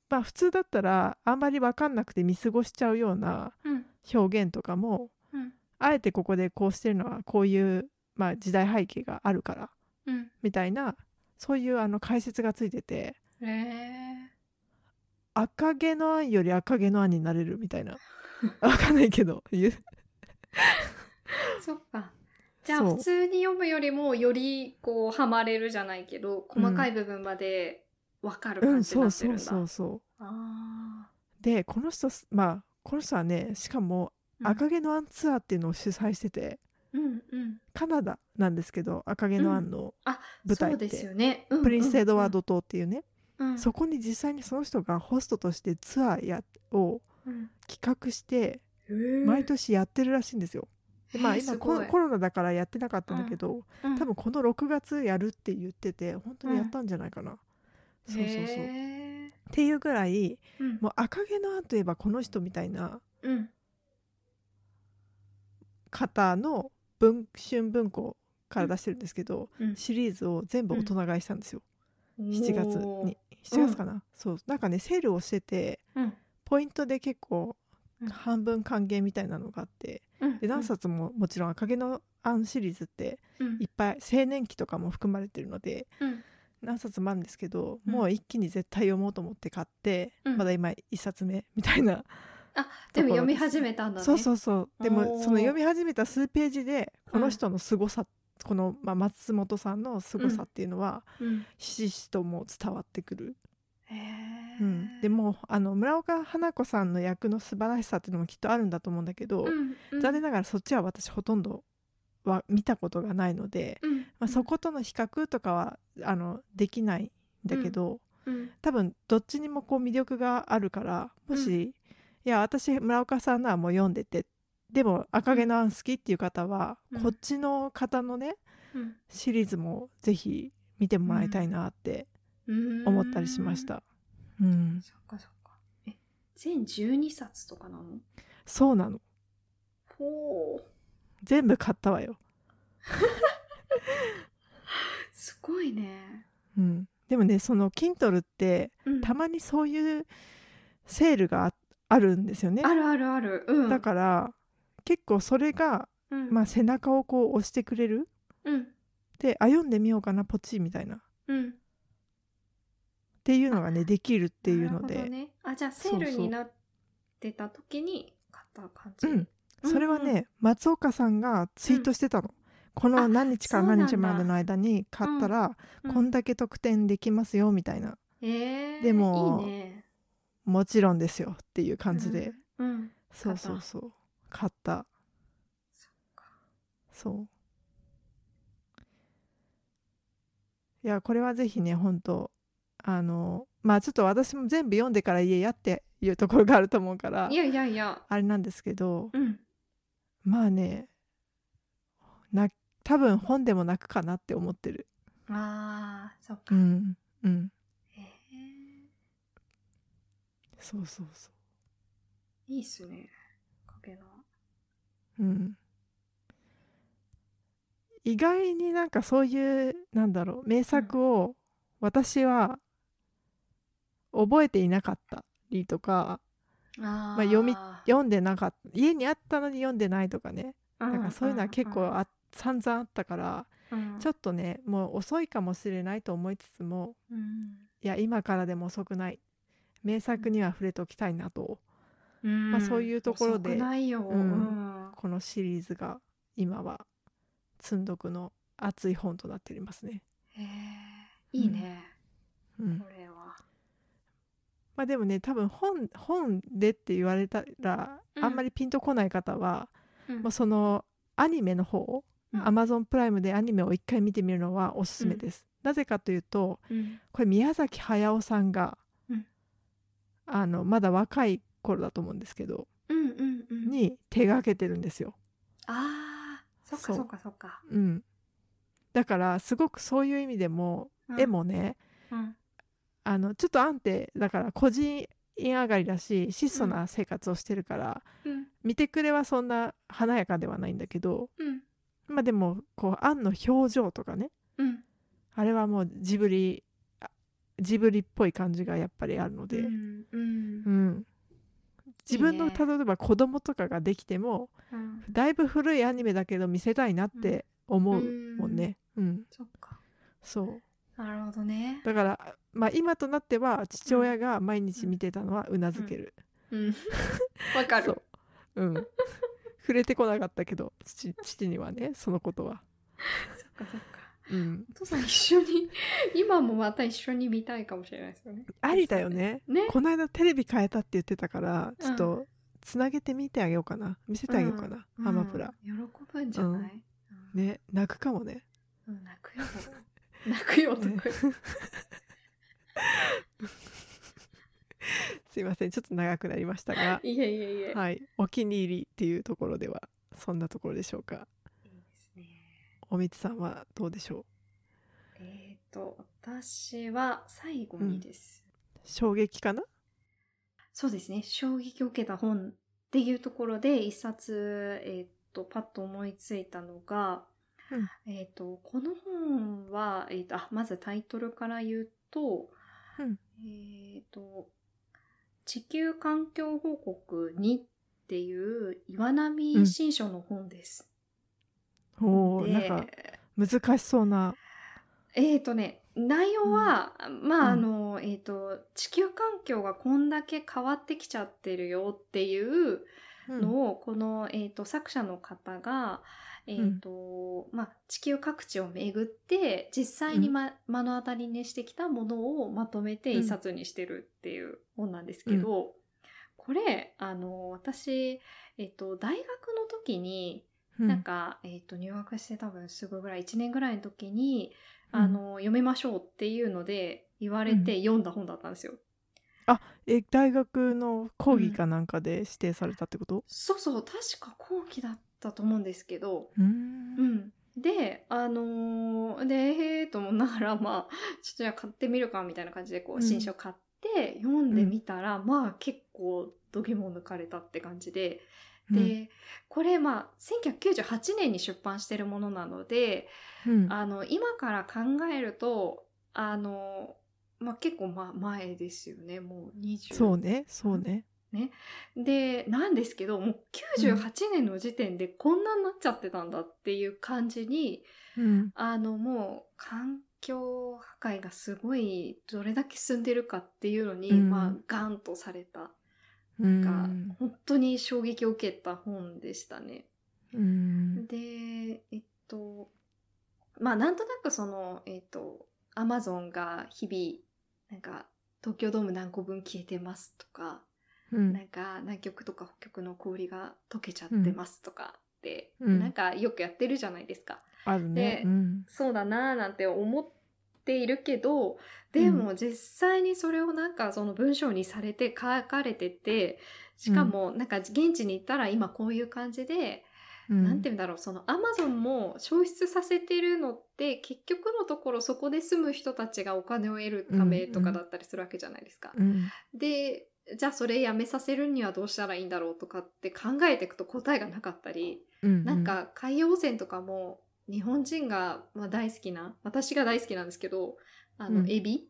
Speaker 2: まあ普通だったらあんまり分かんなくて見過ごしちゃうような
Speaker 1: うん
Speaker 2: 表現とかも
Speaker 1: うん
Speaker 2: あえてここでこうしてるのはこういう、まあ、時代背景があるから
Speaker 1: うん
Speaker 2: みたいなそういうあの解説がついてて
Speaker 1: へえ
Speaker 2: 赤毛の案より赤毛の案になれるみた いな分かんないけど言う
Speaker 1: そっかじゃあ
Speaker 2: そ
Speaker 1: 普
Speaker 2: う
Speaker 1: 通に読むよりもよりこうハマれるじゃないけど細かい部分まで分かる
Speaker 2: う
Speaker 1: 感
Speaker 2: ん
Speaker 1: じにな
Speaker 2: そう
Speaker 1: ってる
Speaker 2: そ
Speaker 1: ん
Speaker 2: う
Speaker 1: だ、
Speaker 2: そうそう
Speaker 1: あ
Speaker 2: でこの人すまあこの人はねしかも
Speaker 1: ー
Speaker 2: 赤毛の案ツアーっていうのを主催してて、
Speaker 1: うんうん
Speaker 2: カナダなんですけど赤毛のアンの
Speaker 1: あ
Speaker 2: 舞台
Speaker 1: そ
Speaker 2: っ
Speaker 1: うです
Speaker 2: て
Speaker 1: よね、うん
Speaker 2: プリンス・エドワード島っていうね、
Speaker 1: うんうん
Speaker 2: そこに実際にその人がホストとしてツアーやを
Speaker 1: うん
Speaker 2: 企画して
Speaker 1: へー
Speaker 2: 毎年やってるらしいんですよ。でまあ
Speaker 1: へーす
Speaker 2: 今
Speaker 1: ご
Speaker 2: コ
Speaker 1: い
Speaker 2: コロナだからやってなかったんだけど、
Speaker 1: うん
Speaker 2: 多分この6月やるって言ってて本当にやったんじゃないかな。そうそうそう。っ
Speaker 1: へー
Speaker 2: ていうぐらい
Speaker 1: うん
Speaker 2: もう赤毛のアンといえばこの人みたいな
Speaker 1: うん
Speaker 2: 方の文春文庫から出してるんですけど、
Speaker 1: うん
Speaker 2: シリーズを全部大人買いしたんですよ。7月
Speaker 1: おー
Speaker 2: に7月かな、そうなんかねセールをしてて
Speaker 1: うん
Speaker 2: ポイントで結構
Speaker 1: うん
Speaker 2: 半分還元みたいなのがあって
Speaker 1: うん
Speaker 2: で何冊ももちろん赤毛のアンシリーズって
Speaker 1: うん
Speaker 2: いっぱい青年期とかも含まれてるので
Speaker 1: うん
Speaker 2: 何冊もあるんですけど、
Speaker 1: うん
Speaker 2: もう一気に絶対読もうと思って買って、
Speaker 1: うん
Speaker 2: まだ今1冊目みたいな、
Speaker 1: あでも読み始めたんだね
Speaker 2: そうそううそう
Speaker 1: おー
Speaker 2: でもその読み始めた数ページでこの人の凄さ、この、まあ、松本さんの凄さっていうのは、
Speaker 1: うん
Speaker 2: ひしひしともう伝わってくる
Speaker 1: へー
Speaker 2: うん、でもうあの村岡花子さんの役の素晴らしさっていうのもきっとあるんだと思うんだけど、
Speaker 1: うんうん
Speaker 2: 残念ながらそっちは私ほとんどは見たことがないので、
Speaker 1: うん
Speaker 2: まあ、そことの比較とかはあのできないんだけど、
Speaker 1: うん
Speaker 2: 多分どっちにもこう魅力があるからもし、いや私村岡さんのはもう読んでてでも「赤毛のアン好き」っていう方は、
Speaker 1: うん
Speaker 2: こっちの方のね
Speaker 1: うん
Speaker 2: シリーズもぜひ見てもらいたいなって
Speaker 1: うん
Speaker 2: 思ったりしました。うん
Speaker 1: そっかそっかえ全12冊とかなの
Speaker 2: そうなの
Speaker 1: ほう。
Speaker 2: 全部買ったわよ、
Speaker 1: すごいね。
Speaker 2: うん、でもねその Kindle って
Speaker 1: うん
Speaker 2: たまにそういうセールがああるんですよね
Speaker 1: あるあるある。うん。
Speaker 2: だから結構それが、
Speaker 1: うん。
Speaker 2: まあ、背中をこう押してくれる
Speaker 1: うん。
Speaker 2: であ読んでみようかなポチみたいなっ
Speaker 1: うん。って
Speaker 2: いうのがねできるっていう
Speaker 1: な
Speaker 2: の
Speaker 1: るほ
Speaker 2: で
Speaker 1: ど、ね、あ、じゃあセ
Speaker 2: そうそ
Speaker 1: ー
Speaker 2: う
Speaker 1: ルになってた時に買った感じ。
Speaker 2: うん、それは
Speaker 1: うんう
Speaker 2: ね松岡さんがツイートしてたの、こ
Speaker 1: あ
Speaker 2: の何日から
Speaker 1: そうなん
Speaker 2: 何
Speaker 1: だ
Speaker 2: 日までの間に買ったら、
Speaker 1: うん
Speaker 2: こんだけ得点できますよみたいな
Speaker 1: えー、
Speaker 2: でも
Speaker 1: いいね。
Speaker 2: もちろんですよっていう感じで、
Speaker 1: うん。うん。
Speaker 2: そうそうそう買った
Speaker 1: そっか
Speaker 2: そういやこれはぜひね本当あのまあちょっと私も全部読んでから家やっていうところがあると思うから
Speaker 1: いやいやいや。
Speaker 2: あれなんですけど
Speaker 1: うん。
Speaker 2: まあねな多分本でも泣くかなって思ってる
Speaker 1: ああ、そっか。
Speaker 2: うんうん
Speaker 1: えー
Speaker 2: そうそうそ
Speaker 1: いいっすね。かけの。
Speaker 2: ううん意外になんかそういうなんだろう名作を私は覚えていなかったりとか
Speaker 1: あ
Speaker 2: まあ読み読んでなかった家にあったのに読んでないとかねなんかそういうのは結構あ散々あったからちょ
Speaker 1: っと、
Speaker 2: っとねもう遅いかもしれないと思いつつも
Speaker 1: うん
Speaker 2: いや今からでも遅くない名作には触れておきたいなと
Speaker 1: うん
Speaker 2: まあそういうところで
Speaker 1: 遅くないよ、
Speaker 2: うん
Speaker 1: うん
Speaker 2: このシリーズが今は積んどくの熱い本となっておりますね。
Speaker 1: へえいいね、
Speaker 2: うん
Speaker 1: これは。
Speaker 2: まあ、でもね多分本本でって言われたら
Speaker 1: うん
Speaker 2: あんまりピンとこない方は、
Speaker 1: うん
Speaker 2: もうそのアニメの方、
Speaker 1: うん
Speaker 2: Amazon プライムでアニメを一回見てみるのはおすすめです。なぜかというと
Speaker 1: うん
Speaker 2: これ宮崎駿さんが、
Speaker 1: うん
Speaker 2: あのまだ若い頃だと思うんですけど
Speaker 1: うんうんうん、
Speaker 2: に手がけてるんですよ。
Speaker 1: あーそっ
Speaker 2: そ
Speaker 1: か
Speaker 2: う
Speaker 1: そっかそっか。
Speaker 2: うん、だからすごくそういう意味でも、
Speaker 1: うん
Speaker 2: 絵もね
Speaker 1: うん
Speaker 2: あのちょっと安定だから個人上がりだし質素な生活をしてるから、
Speaker 1: うん
Speaker 2: 見てくれはそんな華やかではないんだけど
Speaker 1: うん
Speaker 2: まあでもこうアンの表情とかね
Speaker 1: うん
Speaker 2: あれはもうジブリあジブリっぽい感じがやっぱりあるので、
Speaker 1: う
Speaker 2: うん
Speaker 1: んうん
Speaker 2: 自分の
Speaker 1: いいね
Speaker 2: 例えば子供とかができても
Speaker 1: うん
Speaker 2: だいぶ古いアニメだけど見せたいなって思うもんね。うん、
Speaker 1: そっか
Speaker 2: そう
Speaker 1: なるほどね。
Speaker 2: だから、まあ、今となっては父親が毎日見てたのはうなずける、
Speaker 1: うん、 わか
Speaker 2: そ
Speaker 1: る
Speaker 2: う。うん、触れてこなかったけど父父にはねそのことは、
Speaker 1: そっかそっか。
Speaker 2: うん、
Speaker 1: お父さん一緒に 今もまた一緒に見たいかもしれないですよね。
Speaker 2: ありだよね
Speaker 1: ね。
Speaker 2: この間テレビ変えたって言ってたから
Speaker 1: うん
Speaker 2: ちょっとつなげてみてあげようかな見せてあげようかな、アマプラ、
Speaker 1: うん。喜ぶんじゃない、うん
Speaker 2: ね泣くかもね
Speaker 1: うん泣くよ。泣くよとか。
Speaker 2: すいませんちょっと長くなりましたが
Speaker 1: いえいえいえ。
Speaker 2: はいお気に入りっていうところではそんなところでしょうか
Speaker 1: いいですね。
Speaker 2: おみつさんはどうでしょう
Speaker 1: えっ、と、私は最後にです。
Speaker 2: 衝撃かな
Speaker 1: そうですね。衝撃を受けた本っていうところで、一冊、えっ、と、パッと思いついたのが、えっ、と、この本は、えっ、と、あ、まずタイトルから言うと、
Speaker 2: うん
Speaker 1: えっ、と、地球環境報告2っていう岩波新書の本です。
Speaker 2: おーなん
Speaker 1: で
Speaker 2: か難しそうな
Speaker 1: えーとね、内容は、まあ、あ
Speaker 2: うん
Speaker 1: の、えっ、と、地球環境がこんだけ変わってきちゃってるよっていう
Speaker 2: の
Speaker 1: のを、この、えーと、作者の方が、えーと、まあ、地球各地を巡って、実際に、ま目の当たりにしてきたものをまとめて
Speaker 2: うん
Speaker 1: 一冊にしてるっていう本なんですけど、これ、あの、私、えっ、と、大学の時に、なんか、えっ、と、入学して多分すぐぐらい、1年ぐらいの時に、
Speaker 2: うん
Speaker 1: あの、読めましょうっていうので言われて読んだ本だったんですよ。
Speaker 2: え大学の講義かなんかで指定されたってこと
Speaker 1: そうそう、確か後期だったと思うんですけど、
Speaker 2: うー
Speaker 1: うんん。で、あのーで、へーと思いながら、まあ、ちょっとじゃあ買ってみるかみたいな感じで、こ
Speaker 2: う
Speaker 1: う、
Speaker 2: ん
Speaker 1: 新書買って読んでみたら、まあ、結構度肝を抜かれたって感じで、
Speaker 2: うん
Speaker 1: でこれまあ1998年に出版してるものなので、
Speaker 2: うん
Speaker 1: あの今から考えるとあの、まあ、結構、ま、前ですよねもう20
Speaker 2: そうねそうね
Speaker 1: でなんですけどもう98年の時点でこんなになっちゃってたんだっていう感じに、
Speaker 2: うん
Speaker 1: あのもう環境破壊がすごいどれだけ進んでるかっていうのに、
Speaker 2: うん
Speaker 1: まあガンとされた
Speaker 2: う
Speaker 1: が
Speaker 2: ん
Speaker 1: 本当に衝撃を受けた本でしたね。
Speaker 2: うん
Speaker 1: でえっとまあなんとなくそのえっとアマゾンが日々なんか東京ドーム何個分消えてますとか
Speaker 2: うん
Speaker 1: なんか南極とか北極の氷が溶けちゃってますとかって、
Speaker 2: うん
Speaker 1: なんかよくやってるじゃないですか。
Speaker 2: あるね
Speaker 1: で
Speaker 2: うん
Speaker 1: そうだなーなんて思っているけどでも実際にそれをなんかその文章にされて書かれててしかもなんか現地に行ったら今こういう感じで、
Speaker 2: うん
Speaker 1: なんて言うんだろうそのアマゾンも消失させてるのって結局のところそこで住む人たちがお金を得るためとかだったりするわけじゃないですか。
Speaker 2: うん
Speaker 1: でじゃあそれやめさせるにはどうしたらいいんだろうとかって考えていくと答えがなかったり
Speaker 2: うん
Speaker 1: なんか海洋汚染とかも日本人がまあ大好きな私が大好きなんですけどあの、
Speaker 2: うん
Speaker 1: エビ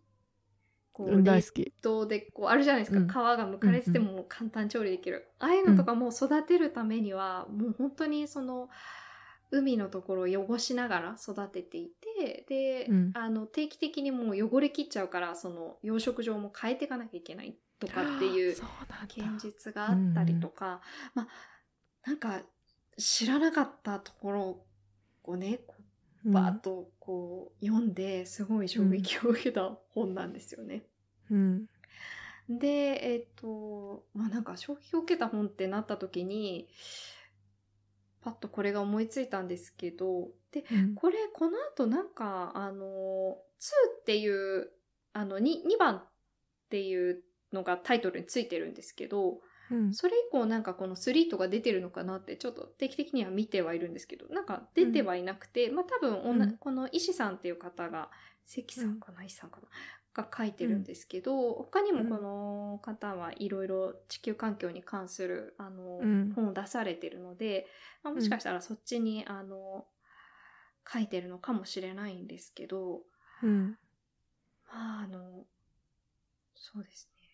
Speaker 1: こ
Speaker 2: う
Speaker 1: うん冷
Speaker 2: 大好き
Speaker 1: 凍でこうあるじゃないですか、
Speaker 2: うん
Speaker 1: 皮がむかれてても簡単調理できる、ああいうのとかも育てるためには、もう本当にその海のところを汚しながら育てていてで、
Speaker 2: うん
Speaker 1: あの定期的にもう汚れきっちゃうからその養殖場も変えていかなきゃいけないとかっていう
Speaker 2: そうなんだ
Speaker 1: 現実があったりとか、まあなんか知らなかったところをねこ
Speaker 2: う
Speaker 1: うんバーッとこう読んですごい衝撃を受けた本なんですよね。
Speaker 2: うん
Speaker 1: でえっ、とまあなんか衝撃を受けた本ってなった時にパッとこれが思いついたんですけどで
Speaker 2: うん
Speaker 1: これこの後なんかあの2っていうあの 2, 2番っていうのがタイトルについてるんですけど、
Speaker 2: うん
Speaker 1: それ以降なんかこの3とか出てるのかなってちょっと定期的には見てはいるんですけどなんか出てはいなくて、まあ多分おな、
Speaker 2: うん
Speaker 1: この医師さんっていう方が関さんかな、医師さんかなが書いてるんですけど、他にもこの方はいろいろ地球環境に関するあの、
Speaker 2: うん
Speaker 1: 本を出されてるので、まあ、もしかしたらそっちに、あの書いてるのかもしれないんですけど
Speaker 2: うん
Speaker 1: まああのそうですね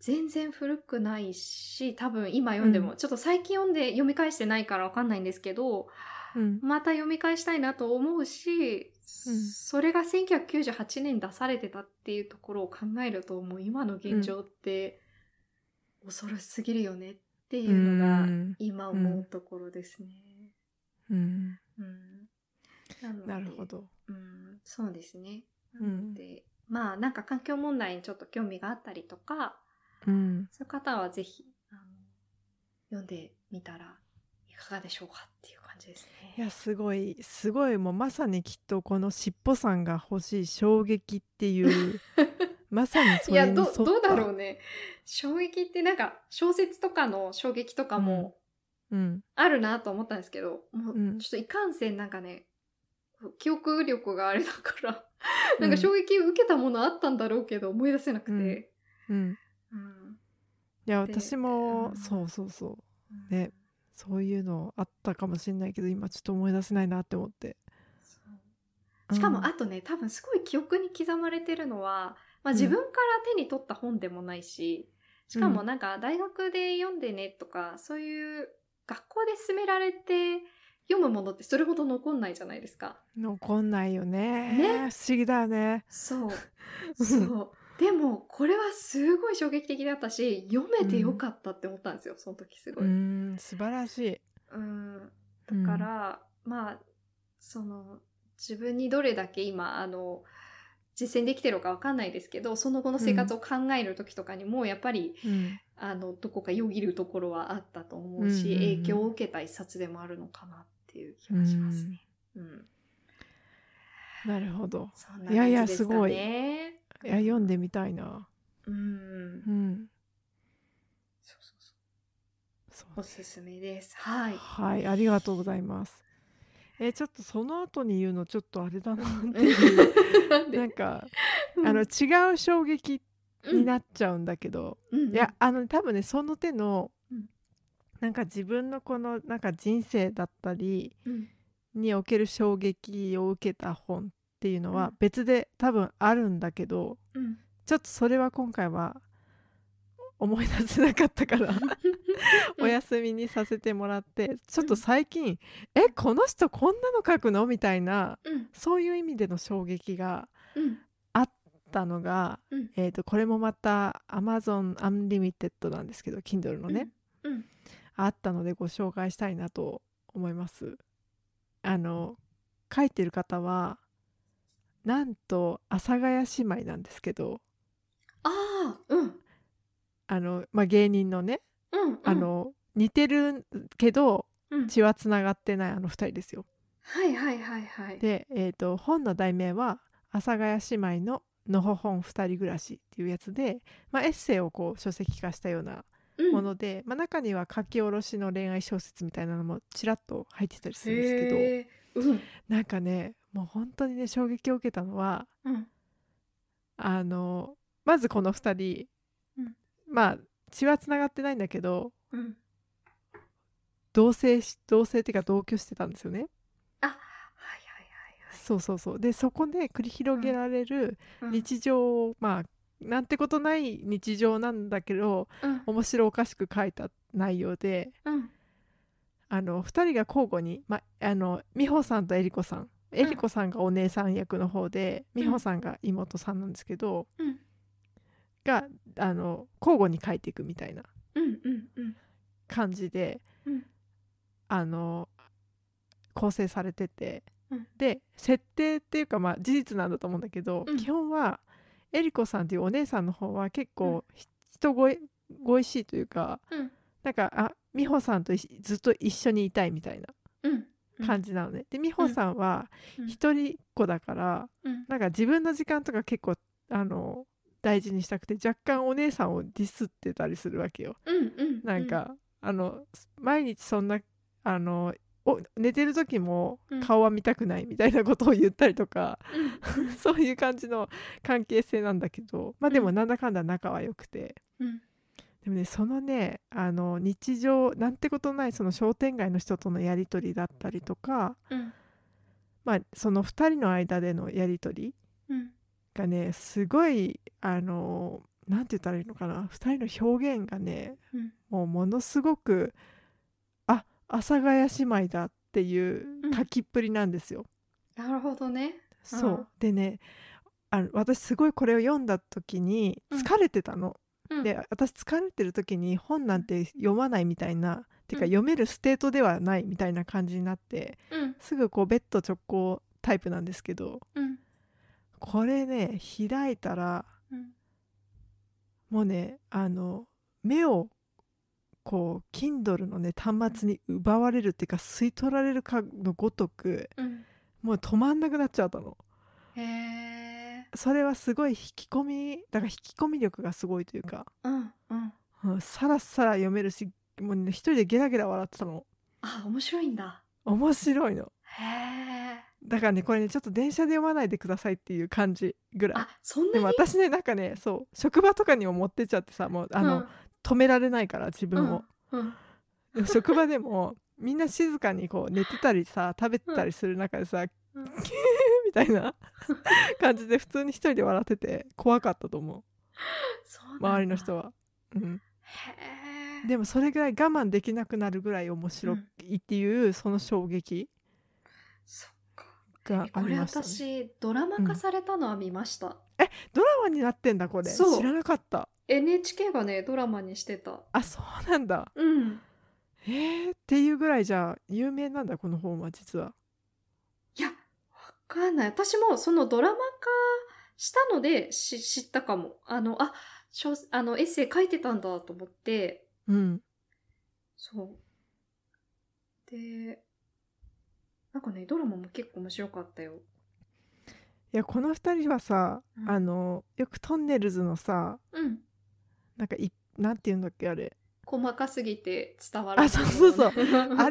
Speaker 1: 全然古くないし多分今読んでも、
Speaker 2: う
Speaker 1: ちょっと最近読んで読み返してないからわかんないんですけど
Speaker 2: うん
Speaker 1: また読み返したいなと思うし、
Speaker 2: うん
Speaker 1: それが1998年出されてたっていうところを考えるともう今の現状って恐ろしすぎるよねっていうのが
Speaker 2: うん
Speaker 1: 今思うところですね。
Speaker 2: うん
Speaker 1: うんなので
Speaker 2: なるほど
Speaker 1: うん、そうですね。
Speaker 2: うん
Speaker 1: で、まあなんか環境問題にちょっと興味があったりとか、
Speaker 2: うん
Speaker 1: そういう方はぜひあの読んでみたらいかがでしょうかっていう感じです
Speaker 2: い
Speaker 1: ね。
Speaker 2: やすごいすごいもうまさにきっとこのしっぽさんが欲しい衝撃って いうまさにそ
Speaker 1: い
Speaker 2: れ
Speaker 1: や
Speaker 2: に沿
Speaker 1: ど
Speaker 2: った
Speaker 1: どうだろうね衝撃ってなんか小説とかの衝撃とかも
Speaker 2: うん
Speaker 1: あるなと思ったんですけど、も
Speaker 2: う
Speaker 1: うんちょっといかんせんなんかね記憶力があれだからなんか衝撃を受けたものあったんだろうけど思い出せなくて、
Speaker 2: うん
Speaker 1: うん
Speaker 2: いや
Speaker 1: で
Speaker 2: 私も
Speaker 1: うん
Speaker 2: そうそうそう
Speaker 1: うん
Speaker 2: ねそういうのあったかもしれないけど今ちょっと思い出せないなって思って
Speaker 1: そうしか
Speaker 2: うん
Speaker 1: もあとね多分すごい記憶に刻まれてるのは、まあ、
Speaker 2: うん
Speaker 1: 自分から手に取った本でもないし、しかも
Speaker 2: う
Speaker 1: なんか大学で読んでねとかそういう学校で勧められて読むものってそれほど残んないじゃないですか。
Speaker 2: 残んないよね
Speaker 1: ね
Speaker 2: 不思議だよね
Speaker 1: そう そうでもこれはすごい衝撃的だったし読めてよかったって思ったんですよ、その時すご
Speaker 2: う
Speaker 1: い。
Speaker 2: ん素晴らしい
Speaker 1: うんだから、まあその自分にどれだけ今あの実践できてるのかわかんないですけどその後の生活を考える時とかにもやっぱり、
Speaker 2: うん
Speaker 1: あのどこかよぎるところはあったと思うし、
Speaker 2: うんうんうん
Speaker 1: 影響を受けた一冊でもあるのかなっていう気がしますね。うん
Speaker 2: なるほど
Speaker 1: そんな感じですかね。
Speaker 2: いやいやすごいいや読ん
Speaker 1: で。
Speaker 2: でみたいな
Speaker 1: うん
Speaker 2: う、ん
Speaker 1: そうそうそ
Speaker 2: そう
Speaker 1: うおすすめです。はい。
Speaker 2: はい、ありがとうございます。えーちょっとその後に言うの ちょっとあれだなっていう
Speaker 1: なんで
Speaker 2: なんか
Speaker 1: うん
Speaker 2: あの違う衝撃
Speaker 1: うん
Speaker 2: になっちゃうんだけど、
Speaker 1: うんうん
Speaker 2: いやあの多分ねその手の、
Speaker 1: うん
Speaker 2: なんか自分のこのなんか人生だったり
Speaker 1: うん
Speaker 2: における衝撃を受けた本っていうの
Speaker 1: う
Speaker 2: は
Speaker 1: ん
Speaker 2: 別で多分あるんだけど、
Speaker 1: うん
Speaker 2: ちょっとそれは今回は思い出せなかったから お休みにさせてもらってちょっと最近「えこの人こんなの書くの?」みたいな
Speaker 1: うん
Speaker 2: そういう意味での衝撃が
Speaker 1: うん
Speaker 2: あったのが、
Speaker 1: うん
Speaker 2: えー、とこれもまた Amazon Unlimited なんですけど Kindle のね、
Speaker 1: うん
Speaker 2: あったのでご紹介したいなと思います。あの書いてる方はなんと阿佐ヶ谷姉妹なんですけど
Speaker 1: ああうん
Speaker 2: あの、まあ、芸人のね
Speaker 1: うんうん
Speaker 2: あの、似てるけど
Speaker 1: うん
Speaker 2: 血はつながってないあの2人ですよ。
Speaker 1: はいはいはいはい
Speaker 2: で、えー、と本の題名は「阿佐ヶ谷姉妹ののほほん2人暮らし」っていうやつで、まあ、エッセイをこう書籍化したような
Speaker 1: うん
Speaker 2: もので、まあ、中には書き下ろしの恋愛小説みたいなのもちらっと入ってたりするんですけど。
Speaker 1: へえうん
Speaker 2: なんかねもう本当にね衝撃を受けたのは
Speaker 1: うん
Speaker 2: あのまずこの2人、
Speaker 1: うん
Speaker 2: まあ血はつながってないんだけど
Speaker 1: うん
Speaker 2: 同棲し同棲っていうか同居してたんですよね。
Speaker 1: はいは
Speaker 2: そうそうそうでそこで繰り広げられる
Speaker 1: いはいうん
Speaker 2: 日常を、まあなんてことない日常なんだけど
Speaker 1: うん
Speaker 2: 面白おかしく書いた内容で
Speaker 1: うん
Speaker 2: あの2人が交互に、ま、あの美穂さんとえりこさんえりこさんがお姉さん役の方で、
Speaker 1: ん
Speaker 2: 美穂さんが妹さんなんですけど、
Speaker 1: うん
Speaker 2: があの交互に書いていくみたいな
Speaker 1: うんうんうん
Speaker 2: 感じで
Speaker 1: うん
Speaker 2: あの構成されてて、
Speaker 1: うん
Speaker 2: で設定っていうかまあ事実なんだと思うんだけど、
Speaker 1: うん
Speaker 2: 基本はえりこさんっていうお姉さんの方は結
Speaker 1: う
Speaker 2: 構ひ人ごいごいしいというか
Speaker 1: うん
Speaker 2: なんかあ美穂さんといしずっと一緒にいたいみたいな
Speaker 1: うん
Speaker 2: 感じなのね、で美穂さんは
Speaker 1: うん
Speaker 2: 一人っ子だから、
Speaker 1: うん
Speaker 2: なんか自分の時間とか結構あの大事にしたくて若干お姉さんをディスってたりするわけよ。
Speaker 1: うんうん
Speaker 2: なんか、あの毎日そんなあのお寝てる時も
Speaker 1: うん
Speaker 2: 顔は見たくないみたいなことを言ったりとか、
Speaker 1: うん
Speaker 2: そういう感じの関係性なんだけどまあで
Speaker 1: う
Speaker 2: も
Speaker 1: ん
Speaker 2: なんだかんだ仲は良くて、
Speaker 1: うん
Speaker 2: でもねそのねあの日常なんてことないその商店街の人とのやり取りだったりとか、
Speaker 1: うん
Speaker 2: まあ、その2人の間でのやり取り
Speaker 1: うん
Speaker 2: がねすごいあのなんて言ったらいいのかな2人の表現がね
Speaker 1: うん
Speaker 2: もうものすごくあ阿佐ヶ谷姉妹だっていう
Speaker 1: うん
Speaker 2: 書きっぷりなんですよ。
Speaker 1: なるほどね
Speaker 2: そ
Speaker 1: うん
Speaker 2: うでねあの私すごいこれを読んだ時に
Speaker 1: うん
Speaker 2: 疲れてたの。
Speaker 1: うん
Speaker 2: で私疲れてる時に本なんて読まないみたいな。てか
Speaker 1: うん
Speaker 2: 読めるステートではないみたいな感じになって
Speaker 1: うん
Speaker 2: すぐこうベッド直行タイプなんですけど
Speaker 1: うん
Speaker 2: これね開いたら
Speaker 1: うん
Speaker 2: もうねあの目をこう Kindle のね端末に奪われるっていうか吸い取られるかのごとく
Speaker 1: うん
Speaker 2: もう止まんなくなっちゃったの
Speaker 1: へえ
Speaker 2: それはすごい引き込みだから引き込み力がすごいというか、
Speaker 1: うんうん
Speaker 2: うん、さらさら読めるしもうね一人でゲラゲラ笑ってたの
Speaker 1: あ面白いんだ
Speaker 2: 面白いの
Speaker 1: へえ
Speaker 2: だからねこれねちょっと電車で読まないでくださいっていう感じぐらい
Speaker 1: あそんな
Speaker 2: でも
Speaker 1: に
Speaker 2: 私ねなんかねそう職場とかにも持ってっちゃってさもうあの、止められないから自
Speaker 1: うん
Speaker 2: 分を、
Speaker 1: うんうん
Speaker 2: でも職場でもみんな静かにこう寝てたりさ食べてたりする中でさ、
Speaker 1: うん
Speaker 2: みたいな感じで普通に一人で笑ってて怖かったと思
Speaker 1: そう
Speaker 2: う周りの人
Speaker 1: は
Speaker 2: は、うん、
Speaker 1: へえ
Speaker 2: でもそれぐらい我慢できなくなるぐらい面白いっていうその衝撃
Speaker 1: そっか
Speaker 2: が
Speaker 1: え
Speaker 2: あ
Speaker 1: こ
Speaker 2: り
Speaker 1: れ
Speaker 2: ました、ね、
Speaker 1: 私ドラマ化されたのは見ました、
Speaker 2: ドラマになってんだこれ
Speaker 1: そう
Speaker 2: 知らなかった
Speaker 1: NHK がねドラマにしてた
Speaker 2: あそうなんだ
Speaker 1: うん
Speaker 2: へえっていうぐらいじゃあ有名なんだこの本は実はい
Speaker 1: やわかんない私もそのドラマ化したのでし知ったかもあのあ小あのエッセイ書いてたんだと思って
Speaker 2: うん
Speaker 1: そうでなんかねドラマも結構面白かったよ
Speaker 2: いやこの二人はさ、
Speaker 1: うん
Speaker 2: あのよくトンネルズのさ
Speaker 1: うん
Speaker 2: なんかいなんて言うんだっけあれ
Speaker 1: 細かすぎて伝わらない
Speaker 2: あそうそうそう あ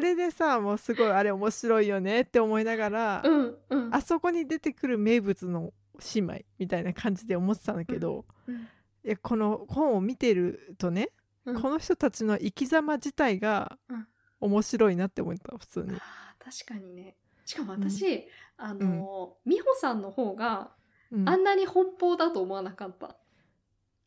Speaker 1: れ
Speaker 2: れでさもうすごいあれ面白いよねって思いながら、
Speaker 1: うんうん
Speaker 2: あそこに出てくる名物の姉妹みたいな感じで思ってたんだけど、
Speaker 1: うん
Speaker 2: いやこの本を見てるとね、
Speaker 1: うん
Speaker 2: この人たちの生き様自体が
Speaker 1: うん
Speaker 2: 面白いなって思った普通に。
Speaker 1: あー確かにねしかも私、あの、美穂さんの方が
Speaker 2: うん
Speaker 1: あんなに奔放だと思わなかった、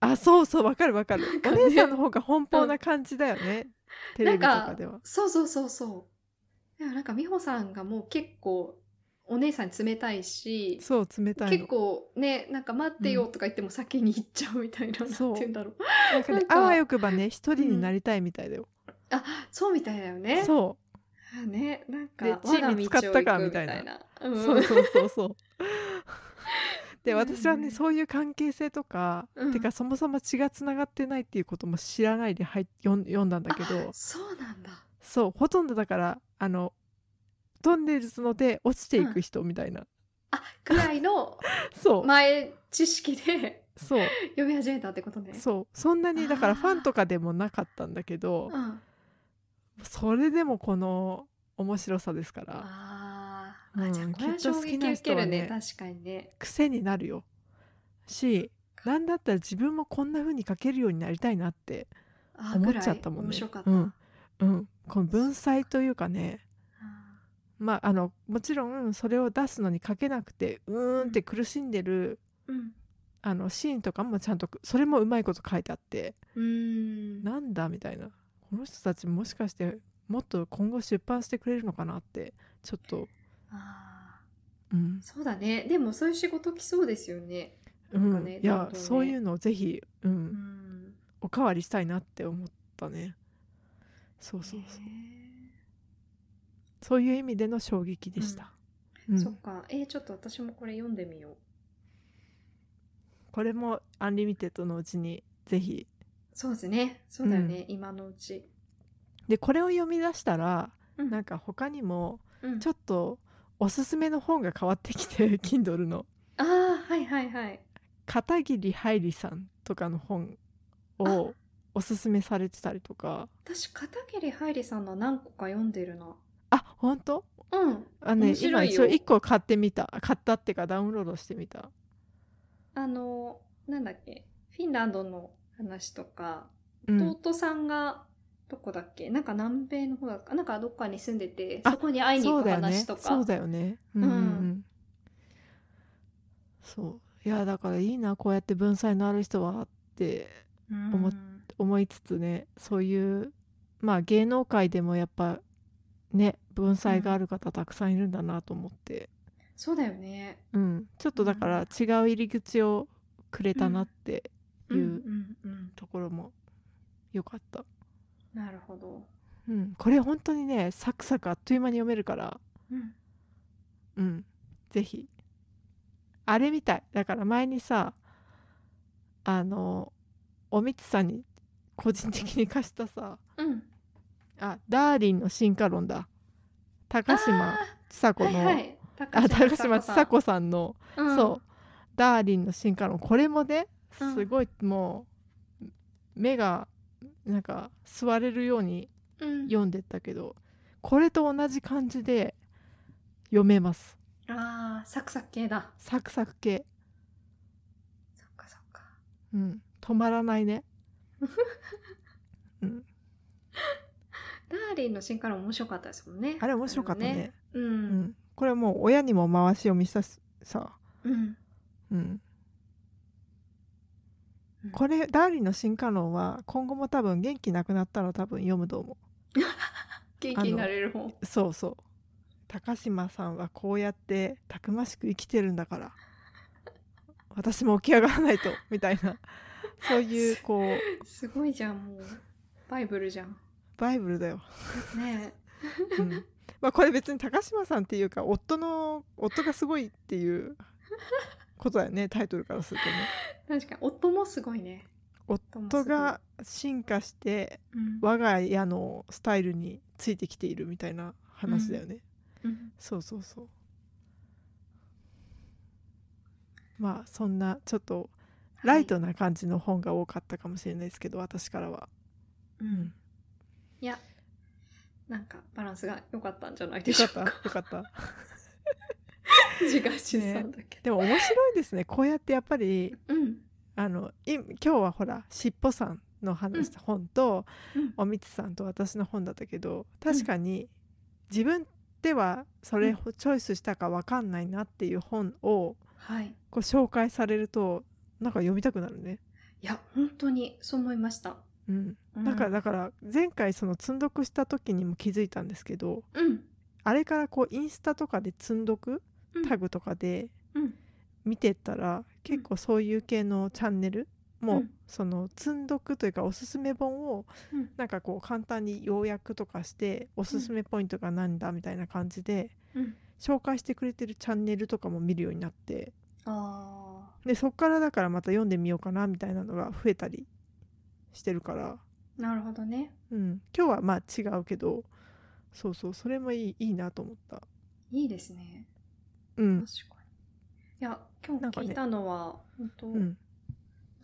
Speaker 2: あそうそうわかるわ かる
Speaker 1: んか
Speaker 2: お
Speaker 1: ね
Speaker 2: 姉さんの方が奔放な感じだよね、テレビとかでは
Speaker 1: そうそうそうそうでもなんか美穂さんがもう結構お姉さんに冷たいし
Speaker 2: そう冷たいの
Speaker 1: 結構ねなんか待ってよとか言っても先に行っちゃうみたいな、
Speaker 2: うん
Speaker 1: なんて言うんだ ろう
Speaker 2: なんかね
Speaker 1: なんか
Speaker 2: あわよくばね一人になりたいみたいだよ、
Speaker 1: あそうみたいだよね
Speaker 2: そ
Speaker 1: あねなんか
Speaker 2: で
Speaker 1: 我が
Speaker 2: 地位見
Speaker 1: 道
Speaker 2: つか
Speaker 1: を
Speaker 2: ったか
Speaker 1: 行く
Speaker 2: みたいな
Speaker 1: う
Speaker 2: う、
Speaker 1: ん、
Speaker 2: そうそうそ うそうで
Speaker 1: うん
Speaker 2: 私はねそういう関係性とか、
Speaker 1: うん
Speaker 2: てかそもそも血がつながってないっていうことも知らないで入っ読ん読んだんだけど
Speaker 1: そうなんだ
Speaker 2: そうほとんどだからあのトンネルズので落ちていく人みたいな、
Speaker 1: あぐらいの
Speaker 2: そう、
Speaker 1: 前知識で
Speaker 2: そう
Speaker 1: 読み始めたってことね
Speaker 2: そうそんなにだか
Speaker 1: あ
Speaker 2: ら
Speaker 1: ー
Speaker 2: ファンとかでもなかったんだけど
Speaker 1: うん、
Speaker 2: それでもこの面白さですから
Speaker 1: あ
Speaker 2: う
Speaker 1: ーあ
Speaker 2: ん
Speaker 1: じゃあこれは
Speaker 2: きっと
Speaker 1: 衝
Speaker 2: 好き
Speaker 1: 撃
Speaker 2: な
Speaker 1: 受
Speaker 2: 人
Speaker 1: け
Speaker 2: は
Speaker 1: る
Speaker 2: ね
Speaker 1: ね確かにね
Speaker 2: 癖になるよしなんだったら自分もこんな風に書けるようになりたいなって、
Speaker 1: あー
Speaker 2: 思っ
Speaker 1: ぐらい
Speaker 2: ちゃったもんね
Speaker 1: 面白かった、
Speaker 2: うんうん、この文才というかね
Speaker 1: あ
Speaker 2: まああのもちろんそれを出すのに書けなくてうーんって苦しんでる
Speaker 1: ーうん
Speaker 2: あのシーンとかもちゃんとそれもうまいこと書いてあって
Speaker 1: うーん
Speaker 2: なんだみたいなこの人たちもしかしてもっと今後出版してくれるのかなってちょっと、
Speaker 1: あー
Speaker 2: うん
Speaker 1: そうだねでもそういう仕事来そうですよね
Speaker 2: う
Speaker 1: なんか
Speaker 2: ん、
Speaker 1: ね
Speaker 2: いや、
Speaker 1: どんどんね
Speaker 2: そういうのをぜひ、う、
Speaker 1: うんん
Speaker 2: おかわりしたいなって思ったねそうそうそう、
Speaker 1: ね
Speaker 2: そういう意味での衝撃でした、うん
Speaker 1: そっかえーちょっと私もこれ読んでみよう
Speaker 2: これもアンリミテッドのうちにぜひ
Speaker 1: そうですねそうだよね、今のうち
Speaker 2: でこれを読み出したら
Speaker 1: うん
Speaker 2: なんか他にも
Speaker 1: うん
Speaker 2: ちょっとおすすめの本が変わってきて Kindle の
Speaker 1: ああはいはいはい
Speaker 2: 片桐はいりさんとかの本をおすすめされてたりとか
Speaker 1: 私片桐はいりさんの何個か読んでるな
Speaker 2: あ本当
Speaker 1: うん
Speaker 2: あね
Speaker 1: 面白
Speaker 2: 今
Speaker 1: いよ
Speaker 2: 一応1個買ってみた買ったっていうかダウンロードしてみた
Speaker 1: あのなんだっけフィンランドの話とか
Speaker 2: うん
Speaker 1: 弟さんがどこだっけなんか南米の方だっかなんかどっかに住んでて
Speaker 2: あ
Speaker 1: そこに会いに
Speaker 2: そ
Speaker 1: 行
Speaker 2: う
Speaker 1: く
Speaker 2: だよね
Speaker 1: 話とか
Speaker 2: そうだよねうんうんうん、
Speaker 1: うん
Speaker 2: そういやだからいいなこうやって文才のある人はって
Speaker 1: うん
Speaker 2: 思っ思いつつねそういうまあ芸能界でもやっぱね文才がある方たくさんいるんだなと思って、
Speaker 1: そうだよね
Speaker 2: うんちょっとだから違う入り口をくれたなってい
Speaker 1: うん
Speaker 2: う
Speaker 1: うんうん
Speaker 2: ところもよかった、
Speaker 1: なるほど、
Speaker 2: うん、これ本当にねサクサクあっという間に読めるから
Speaker 1: うん、
Speaker 2: うんぜひあれみたいだから前にさあのおみつさんに個人的に貸したさ
Speaker 1: うん
Speaker 2: あダーリンの進化論だ高島
Speaker 1: あ
Speaker 2: ちさ子
Speaker 1: ー
Speaker 2: の、
Speaker 1: はいはい
Speaker 2: あ高島ちさ子さんの、
Speaker 1: さんうん
Speaker 2: そう「ダーリンの進化論」これもね
Speaker 1: うん
Speaker 2: すごいもう目がなんか座れるように
Speaker 1: うん
Speaker 2: 読んでったけどこれと同じ感じで読めます
Speaker 1: あーサクサク系だ
Speaker 2: サクサク系、
Speaker 1: そっかそっか
Speaker 2: うん、止まらないね
Speaker 1: ダーリンの進化論面白かったですもんね
Speaker 2: あれ面白かったね
Speaker 1: う
Speaker 2: うんん、これもう親にも回し読みしたしさ、
Speaker 1: うん
Speaker 2: うん
Speaker 1: うん
Speaker 2: これ「ダーリンの進化論」は今後も多分元気なくなったら多分読むと思
Speaker 1: 元気になれる本
Speaker 2: うそうそう高島さんはこうやってたくましく生きてるんだから私も起き上がらないと みたいなそういうこう
Speaker 1: すごいじゃんもうバイブルじゃん
Speaker 2: バイブルだよ、
Speaker 1: ね
Speaker 2: うんまあ、これ別に高島さんっていうか夫の夫がすごいっていうことだよねタイトルからするとね
Speaker 1: え確かに夫もすごいねもすごい
Speaker 2: 夫が進化して
Speaker 1: うん
Speaker 2: 我が家のスタイルについてきているみたいな話だよね、
Speaker 1: うん
Speaker 2: そうそうそうまあそんなちょっとライトな感じの本が多かったかもしれないですけど、私からは
Speaker 1: う
Speaker 2: うんん
Speaker 1: いやなんかバランスが良かったんじゃないで
Speaker 2: よ
Speaker 1: し
Speaker 2: か
Speaker 1: ょう
Speaker 2: った
Speaker 1: か
Speaker 2: よかった
Speaker 1: 自画自賛だけど、
Speaker 2: でも面白いですねこうやってやっぱり
Speaker 1: うん
Speaker 2: あのい今日はほら「しっぽさん」の話した本と、
Speaker 1: うん
Speaker 2: おみつさんと私の本だったけど確かに自分ではそれをチョイスしたかわかんないなっていう本を
Speaker 1: はい。
Speaker 2: こう紹介されるとなんか読みたくなるね。
Speaker 1: いや、本当にそう思いました。
Speaker 2: うん、
Speaker 1: うん
Speaker 2: だからだから前回その積読した時にも気づいたんですけど
Speaker 1: うん。
Speaker 2: あれからこうインスタとかで積読
Speaker 1: うん
Speaker 2: タグとかで
Speaker 1: うん。
Speaker 2: 見てったら結構そういう系のチャンネルも、
Speaker 1: うん
Speaker 2: その積んどくというかおすすめ本を
Speaker 1: うん
Speaker 2: なんかこう簡単に要約とかしておすすめポイントがなんだみたいな感じで
Speaker 1: うん。
Speaker 2: 紹介してくれてるチャンネルとかも見るようになって
Speaker 1: あ
Speaker 2: でそっからだからまた読んでみようかなみたいなのが増えたりしてるから、
Speaker 1: あ、なるほどね。
Speaker 2: うん、今日はまあ違うけどそうそうそれもいいいいなと思った。
Speaker 1: いいですね。
Speaker 2: うん
Speaker 1: 確かに。いや、今日
Speaker 2: なんかね
Speaker 1: 聞いたのは、本当、
Speaker 2: うん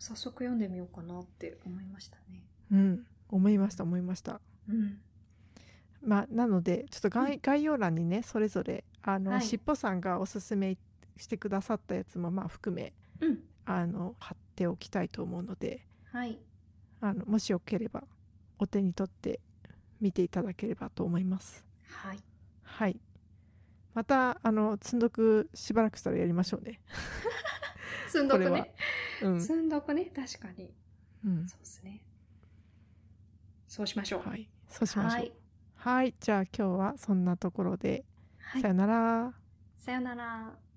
Speaker 1: 早速読んでみようかなって思いましたね。
Speaker 2: うん、思いました思いました。
Speaker 1: うん。
Speaker 2: まあ、なのでちょっと概,、
Speaker 1: うん
Speaker 2: 概要欄にねそれぞれあの、
Speaker 1: はい
Speaker 2: しっぽさんがおすすめしてくださったやつもまあ含め
Speaker 1: うん。
Speaker 2: あの貼っておきたいと思うので
Speaker 1: はい。
Speaker 2: あのもしよければお手に取って見ていただければと思います。
Speaker 1: はい。
Speaker 2: はいまたあの積んどくしばらくしたらやりましょうね。
Speaker 1: 積んどく
Speaker 2: これは
Speaker 1: ね。
Speaker 2: うん
Speaker 1: 積んどくね。確かに。
Speaker 2: うん
Speaker 1: そうですね。そうしましょう。
Speaker 2: はい、そうしましょう。
Speaker 1: は
Speaker 2: はい
Speaker 1: い。
Speaker 2: じゃあ今日はそんなところで、
Speaker 1: はい
Speaker 2: さよなら。
Speaker 1: さよなら。